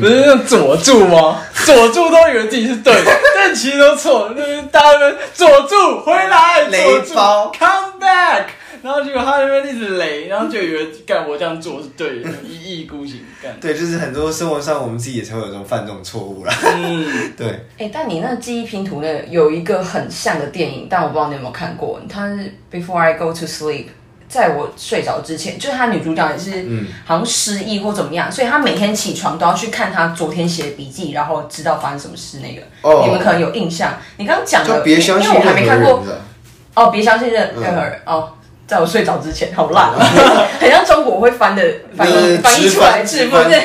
Speaker 4: 不是那佐助吗？ 佐助都以为自己是对的， 但其实都错了。就是大家们佐助回来，
Speaker 2: 雷
Speaker 4: 佐助
Speaker 2: 包
Speaker 4: come back，然后结果他那边一直雷，然后就以为干我这样做是对的，一意孤行干。
Speaker 2: 对，就是很多生活上我们自己也才会有这种犯这种错误啦，
Speaker 4: 嗯，
Speaker 2: 对，
Speaker 3: 哎、但你那个记忆拼图那个有一个很像的电影，但我不知道你有没有看过，它是 Before I Go to Sleep，在我睡着之前，就是它女主角也是
Speaker 2: 嗯
Speaker 3: 好像失忆或怎么样，所以她每天起床都要去看她昨天写的笔记，然后知道发生什么事那个。
Speaker 2: 哦
Speaker 3: 你们可能有印象，你刚刚讲
Speaker 2: 就
Speaker 3: 的，
Speaker 2: 别相信
Speaker 3: 因为
Speaker 2: 任
Speaker 3: 我
Speaker 2: 何
Speaker 3: 还没看
Speaker 2: 人，
Speaker 3: 过
Speaker 2: 你知道
Speaker 3: 哦，别相信任
Speaker 2: 嗯
Speaker 3: 任何人、哦。在我睡着之前，好烂啊！ 很像中国会翻的翻
Speaker 2: 呃
Speaker 3: 译翻译
Speaker 2: 直
Speaker 3: 出来的
Speaker 2: 翻
Speaker 3: 字
Speaker 2: 直
Speaker 3: 幕，
Speaker 2: 翻
Speaker 3: 对，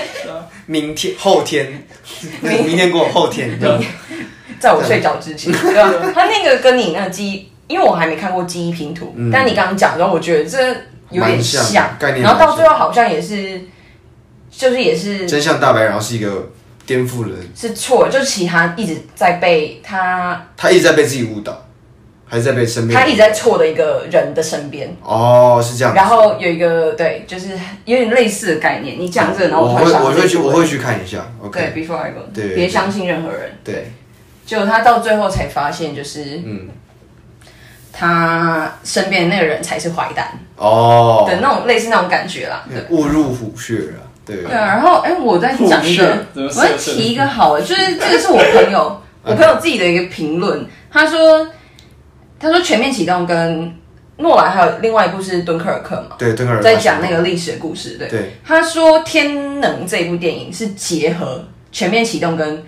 Speaker 2: 明天、后天，那个 明天过后天，这样
Speaker 3: 在我睡着之前，对吧？
Speaker 2: 嗯
Speaker 3: 他那个跟你那个记忆，因为我还没看过记忆拼图，但你刚刚讲的时候，我觉得这有点
Speaker 2: 嗯蛮像的概念
Speaker 3: 然后
Speaker 2: 蛮
Speaker 3: 到
Speaker 2: 像
Speaker 3: 最后好像也是，就是也是
Speaker 2: 真相大白，然后是一个颠覆了，
Speaker 3: 是错，就是其他一直在被他
Speaker 2: 他一直在被自己误导，还是在被身边，
Speaker 3: 他一直在错的一个人的身边。
Speaker 2: 哦，是这样子，
Speaker 3: 然后有一个对，就是有点类似的概念。你讲这个，然后
Speaker 2: 我
Speaker 3: 突然
Speaker 2: 会
Speaker 3: 想到
Speaker 2: 我会去
Speaker 3: 这个
Speaker 2: 我会去看一下
Speaker 3: 对
Speaker 2: ，OK，
Speaker 3: before I go，
Speaker 2: 对对
Speaker 3: 别相信任何人。
Speaker 2: 对，
Speaker 3: 就他到最后才发现，就是
Speaker 2: 嗯，
Speaker 3: 他身边的那个人才是坏蛋
Speaker 2: 哦，
Speaker 3: 的那种类似那种感觉啦。对。
Speaker 2: 误入虎穴了，对，
Speaker 3: 对啊，然后哎、我再讲一
Speaker 4: 虎
Speaker 3: 个
Speaker 4: 穴，怎么
Speaker 3: 我
Speaker 4: 射射
Speaker 3: 再提一个好了， 就是这个是我朋友，
Speaker 2: 嗯
Speaker 3: 我朋友自己的一个评论，他说，他说《全面启动》跟诺兰还有另外一部是《敦刻尔克》嘛，
Speaker 2: 对，敦刻尔克
Speaker 3: 在讲那个历史的故事，对，
Speaker 2: 对
Speaker 3: 他说《天能》这部电影是结合《全面启动》跟《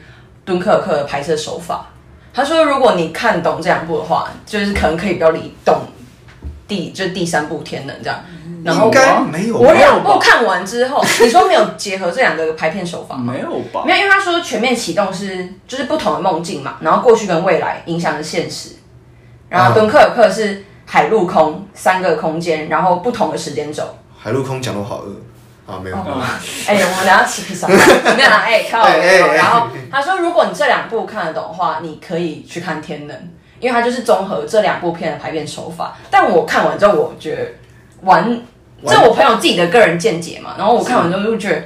Speaker 3: 敦刻尔克》的拍摄手法。他说，如果你看懂这两部的话，就是可能可以比较理懂第就是第三部《天能》这样。然后
Speaker 2: 嗯应
Speaker 3: 我
Speaker 2: 该没有吧
Speaker 3: 我两部看完之后，你说没有结合这两个拍片手法
Speaker 2: 嗯
Speaker 3: 吗
Speaker 4: 没？有吧
Speaker 3: 嗯没？有，因为他说全面启动是就是不同的梦境嘛，然后过去跟未来影响着现实，然后
Speaker 2: 嗯
Speaker 3: 敦刻尔克是海陆空三个空间，然后不同的时间轴。
Speaker 2: 海陆空讲得我好饿啊，没有，
Speaker 3: 哎、我们俩要吃披萨，没 有啦，哎、靠、
Speaker 2: 哎哎哎
Speaker 3: 然后他说，如果你这两部看得懂的话，你可以去看《天能》，因为它就是综合这两部片的排片手法。但我看完之后，我觉得完，
Speaker 2: 完
Speaker 3: 这我朋友自己的个人见解嘛。然后我看完之后就觉得，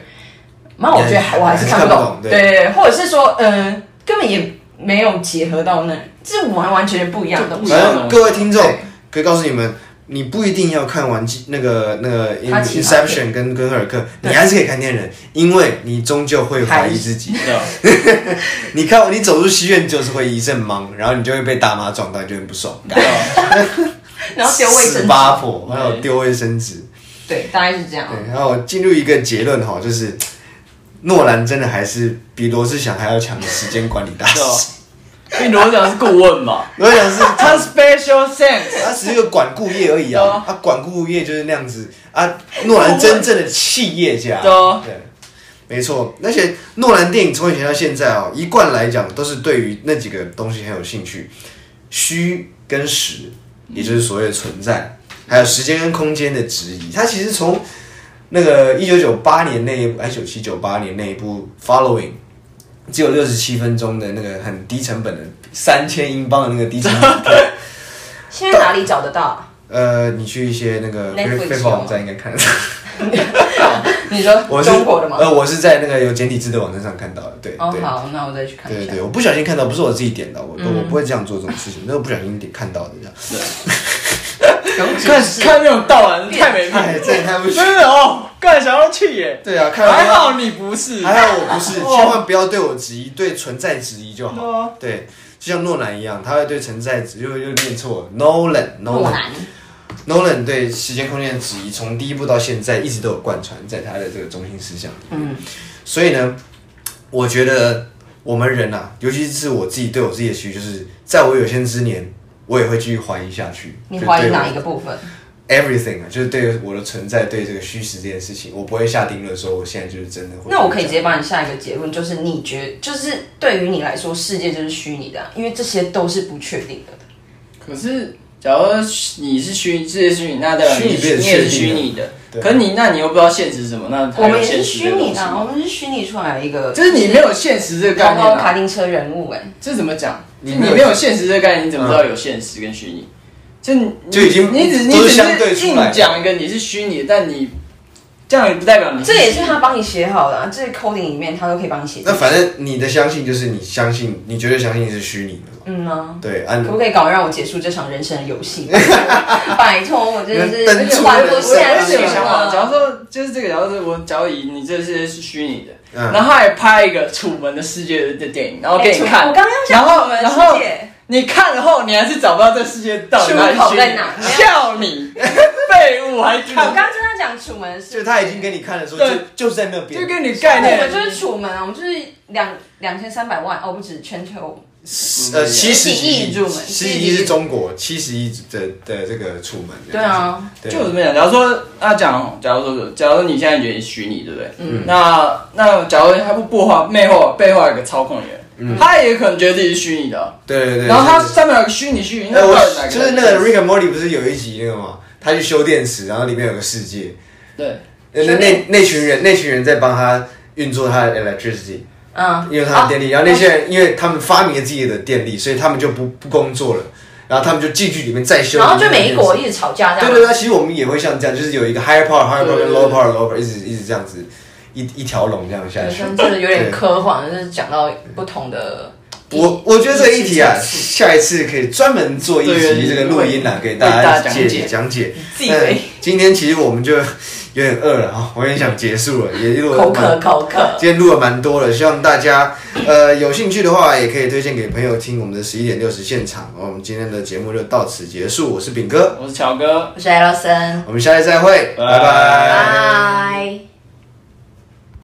Speaker 3: 妈，我觉得还我还是看不
Speaker 2: 还是看
Speaker 3: 懂，
Speaker 2: 不懂
Speaker 3: 对
Speaker 2: 对
Speaker 3: 对对，或者是说，嗯、根本也没有结合到那，这完完全全不一样的东
Speaker 4: 不一
Speaker 3: 西
Speaker 4: 样。
Speaker 2: 反正各位听众
Speaker 3: 对
Speaker 2: 可以告诉你们，你不一定要看完记那个那个《
Speaker 3: 他
Speaker 2: In-
Speaker 3: 其他片
Speaker 2: Inception》跟《敦刻尔克》，你还是可以看电人，因为你终究会怀疑自己。
Speaker 4: 对啊
Speaker 2: 你看，你走出戏院就是会一阵懵，然后你就会被大妈撞到，你就很不爽，
Speaker 4: 对啊
Speaker 3: 然后丢卫生
Speaker 2: 死
Speaker 3: 纸，
Speaker 2: 八婆，还有丢卫生纸。
Speaker 3: 对，大概是这样。
Speaker 2: 对，然后我进入一个结论哈，就是诺兰真的还是比罗志祥还要强的时间管理大
Speaker 4: 对啊
Speaker 2: 师。，
Speaker 4: 因为罗志祥是顾问嘛，
Speaker 2: 罗志祥是
Speaker 4: 他 special sense。
Speaker 2: 他只是个管顾业而已啊，他管顾业就是那样子啊。诺兰真正的企业家，
Speaker 4: 对啊
Speaker 2: 对，没错。而且诺兰电影从以前到现在哦，一贯来讲都是对于那几个东西很有兴趣，虚跟实，也就是所谓的存在，还有时间跟空间的质疑。他其实从那个一九九八年那一部，哎，九七九八年那一部《Following》。只有六十七分钟的那个很低成本的三千英镑的那个低成本的片，
Speaker 3: 现在哪里找得到啊？
Speaker 2: 呃，你去一些那个
Speaker 3: Netflix
Speaker 2: 非
Speaker 3: 有
Speaker 2: 法
Speaker 3: 吗
Speaker 2: 网站应该 看得到。
Speaker 3: 你说
Speaker 2: 我是
Speaker 3: 中国的吗？
Speaker 2: 呃，我是在那个有简体字的网站上看到的。对，
Speaker 3: 哦，
Speaker 2: 对，
Speaker 3: 好，嗯那我再去看
Speaker 2: 对
Speaker 3: 一下。
Speaker 2: 对，我不小心看到，不是我自己点的，我都我不会这样做这种事情，那我不小心点看到的 这样。
Speaker 4: 看看那种盗版太没
Speaker 2: 哎，
Speaker 4: 品，
Speaker 2: 这也太不行。
Speaker 4: 真的哦，干想要去耶。
Speaker 2: 对啊，看到
Speaker 4: 还好你不是，
Speaker 2: 还好我不是，千
Speaker 4: 哦
Speaker 2: 万不要对我质疑，对存在质疑就
Speaker 4: 对啊
Speaker 3: 哦
Speaker 2: 好。对，就像诺兰一样，他会对存在质疑，又又念错，Nolan
Speaker 3: 诺
Speaker 2: Nolan。
Speaker 3: 兰，
Speaker 2: Nolan 对时间空间的质疑，从第一部到现在一直都有贯穿在他的这个中心思想里面。
Speaker 3: 嗯
Speaker 2: 所以呢，我觉得我们人啊，尤其是我自己对我自己的期许，就是在我有生之年，我也会继续怀疑下去。
Speaker 3: 你
Speaker 2: 就
Speaker 3: 怀疑
Speaker 2: 对我
Speaker 3: 哪一个部分？
Speaker 2: ？Everything 啊，就是对我的存在，对这个虚实这件事情，我不会下定论说我现在就是真的会。
Speaker 3: 那我可以直接帮你下一个结论，就是你觉就是对于你来说，世界就是虚拟的啊、因为这些都是不确定的。
Speaker 4: 可是，假如你是虚，这些虚拟，那代表
Speaker 2: 虚拟
Speaker 4: 你
Speaker 2: 不也
Speaker 4: 是
Speaker 2: 是
Speaker 4: 你也
Speaker 2: 确
Speaker 4: 是虚
Speaker 2: 定的
Speaker 4: 拟的。
Speaker 2: 对
Speaker 4: 可你那你又不知道现实是什么，那
Speaker 3: 我
Speaker 4: 还
Speaker 3: 们
Speaker 4: 有
Speaker 3: 也是
Speaker 4: 现实
Speaker 3: 虚
Speaker 4: 的
Speaker 3: 拟
Speaker 4: 东
Speaker 3: 的
Speaker 4: 西
Speaker 3: 啊，
Speaker 4: 吗。
Speaker 3: 我们是虚拟出来的一个，
Speaker 4: 就是你没有现实这个
Speaker 3: 包
Speaker 4: 概念
Speaker 3: 包卡
Speaker 4: 啊，
Speaker 3: 丁车人物哎、
Speaker 4: 这怎么讲？
Speaker 2: 你
Speaker 4: 就
Speaker 2: 没
Speaker 4: 你
Speaker 2: 有
Speaker 4: 没有现实这个概念，你怎么知道有现实跟虚拟？就你
Speaker 2: 嗯就已经
Speaker 4: 你只你
Speaker 2: 都是
Speaker 4: 只
Speaker 2: 相对出
Speaker 4: 硬
Speaker 2: 来的
Speaker 4: 讲一个你是虚拟，但你这样也不代表你
Speaker 3: 这也是他帮你写好的、啊，这 coding 里面他都可以帮你写进去。
Speaker 2: 那反正你的相信就是你相信，你绝对相信是虚拟的嘛。
Speaker 3: 嗯啊。
Speaker 2: 对，按、
Speaker 3: 可不可以搞让我结束这场人生的游戏？ 拜托，我真的是
Speaker 2: 登出
Speaker 3: 玩不
Speaker 2: 我
Speaker 3: 下
Speaker 4: 我
Speaker 3: 去
Speaker 4: 有想法，假
Speaker 3: 了。
Speaker 4: 如说就是这个，假如说我假如以你这些是虚拟的，
Speaker 2: 嗯
Speaker 4: 然后他还拍一个《楚门的世界》的电影，然后给你看，
Speaker 3: 哎楚我刚刚要讲
Speaker 4: 然后
Speaker 3: 楚门
Speaker 4: 然
Speaker 3: 的世
Speaker 4: 后
Speaker 3: 界
Speaker 4: 你看了后，你还是找不到这世界到底哪里
Speaker 3: 出口
Speaker 4: 虚
Speaker 3: 在哪
Speaker 4: 拟，笑你废物，还
Speaker 3: 我刚
Speaker 4: 看，
Speaker 3: 刚跟他讲楚门的事，
Speaker 2: 就是他已经跟你看的时候，
Speaker 4: 对
Speaker 2: 就就是在那边，
Speaker 4: 就跟你
Speaker 3: 我
Speaker 4: 概
Speaker 3: 们
Speaker 4: 念
Speaker 3: 就是楚门啊，我们就是两两千三百万哦，不止全球
Speaker 2: 呃七
Speaker 4: 七
Speaker 2: 十
Speaker 3: 十
Speaker 2: 几
Speaker 3: 几
Speaker 2: 亿
Speaker 3: 亿入门
Speaker 2: 七十亿是中国，七十亿的的这个楚门。
Speaker 3: 对啊，
Speaker 2: 对，
Speaker 4: 就怎么讲？假如说，那讲，假如说，假如说你现在觉得你虚拟，对不对？嗯。那那假如他不不画背后背后有个操控人，他也可能觉得自己是虚拟的啊、
Speaker 2: 对嗯对对。
Speaker 4: 然后他
Speaker 2: 就是
Speaker 4: 上面有个虚拟虚拟，
Speaker 2: 呃，
Speaker 4: 那到底
Speaker 2: 我
Speaker 4: 哪个
Speaker 2: 就是那个 Rick and Morty 不是有一集那个吗？他去修电池，然后里面有个世界，
Speaker 4: 对，
Speaker 2: 那那那那群人那群人在帮他运作他的 electricity，
Speaker 3: 嗯，
Speaker 2: 因为他们电力，然后那
Speaker 3: 啊
Speaker 2: 些人因为他们发明了自己的电力，所以他们就不不工作了，然后他们就进去里面再修。
Speaker 3: 然后就每一国
Speaker 2: 国。
Speaker 3: 一直吵架这
Speaker 2: 对
Speaker 3: 样，
Speaker 2: 对对，其实我们也会像这样，就是有一个 higher power、higher power
Speaker 4: 对对
Speaker 2: 跟
Speaker 4: 对
Speaker 2: lower power、lower power，一直一直这样子，一一条龙这样下去。
Speaker 3: 真的有点
Speaker 2: 对
Speaker 3: 科幻，就是讲到不同的。
Speaker 2: 我我觉得这个议题啊，下一次可以专门做一集
Speaker 4: 对
Speaker 2: 这个录音啊，给
Speaker 4: 为
Speaker 2: 大
Speaker 4: 大
Speaker 2: 家
Speaker 4: 家讲
Speaker 2: 解
Speaker 4: 解
Speaker 2: 讲解。
Speaker 3: 自以为
Speaker 2: 那今天其实我们就有点饿了啊，我也想结束了，也录了
Speaker 3: 口渴
Speaker 2: 蛮
Speaker 3: 口渴，
Speaker 2: 今天录了蛮多了，希望大家呃有兴趣的话，也可以推荐给朋友听我们的十一点六十现场。哦我们今天的节目就到此结束，我是炳哥，
Speaker 4: 我是乔哥。
Speaker 3: 我是艾洛森，
Speaker 2: 我们下期再会，
Speaker 4: 拜
Speaker 2: 拜拜
Speaker 4: 拜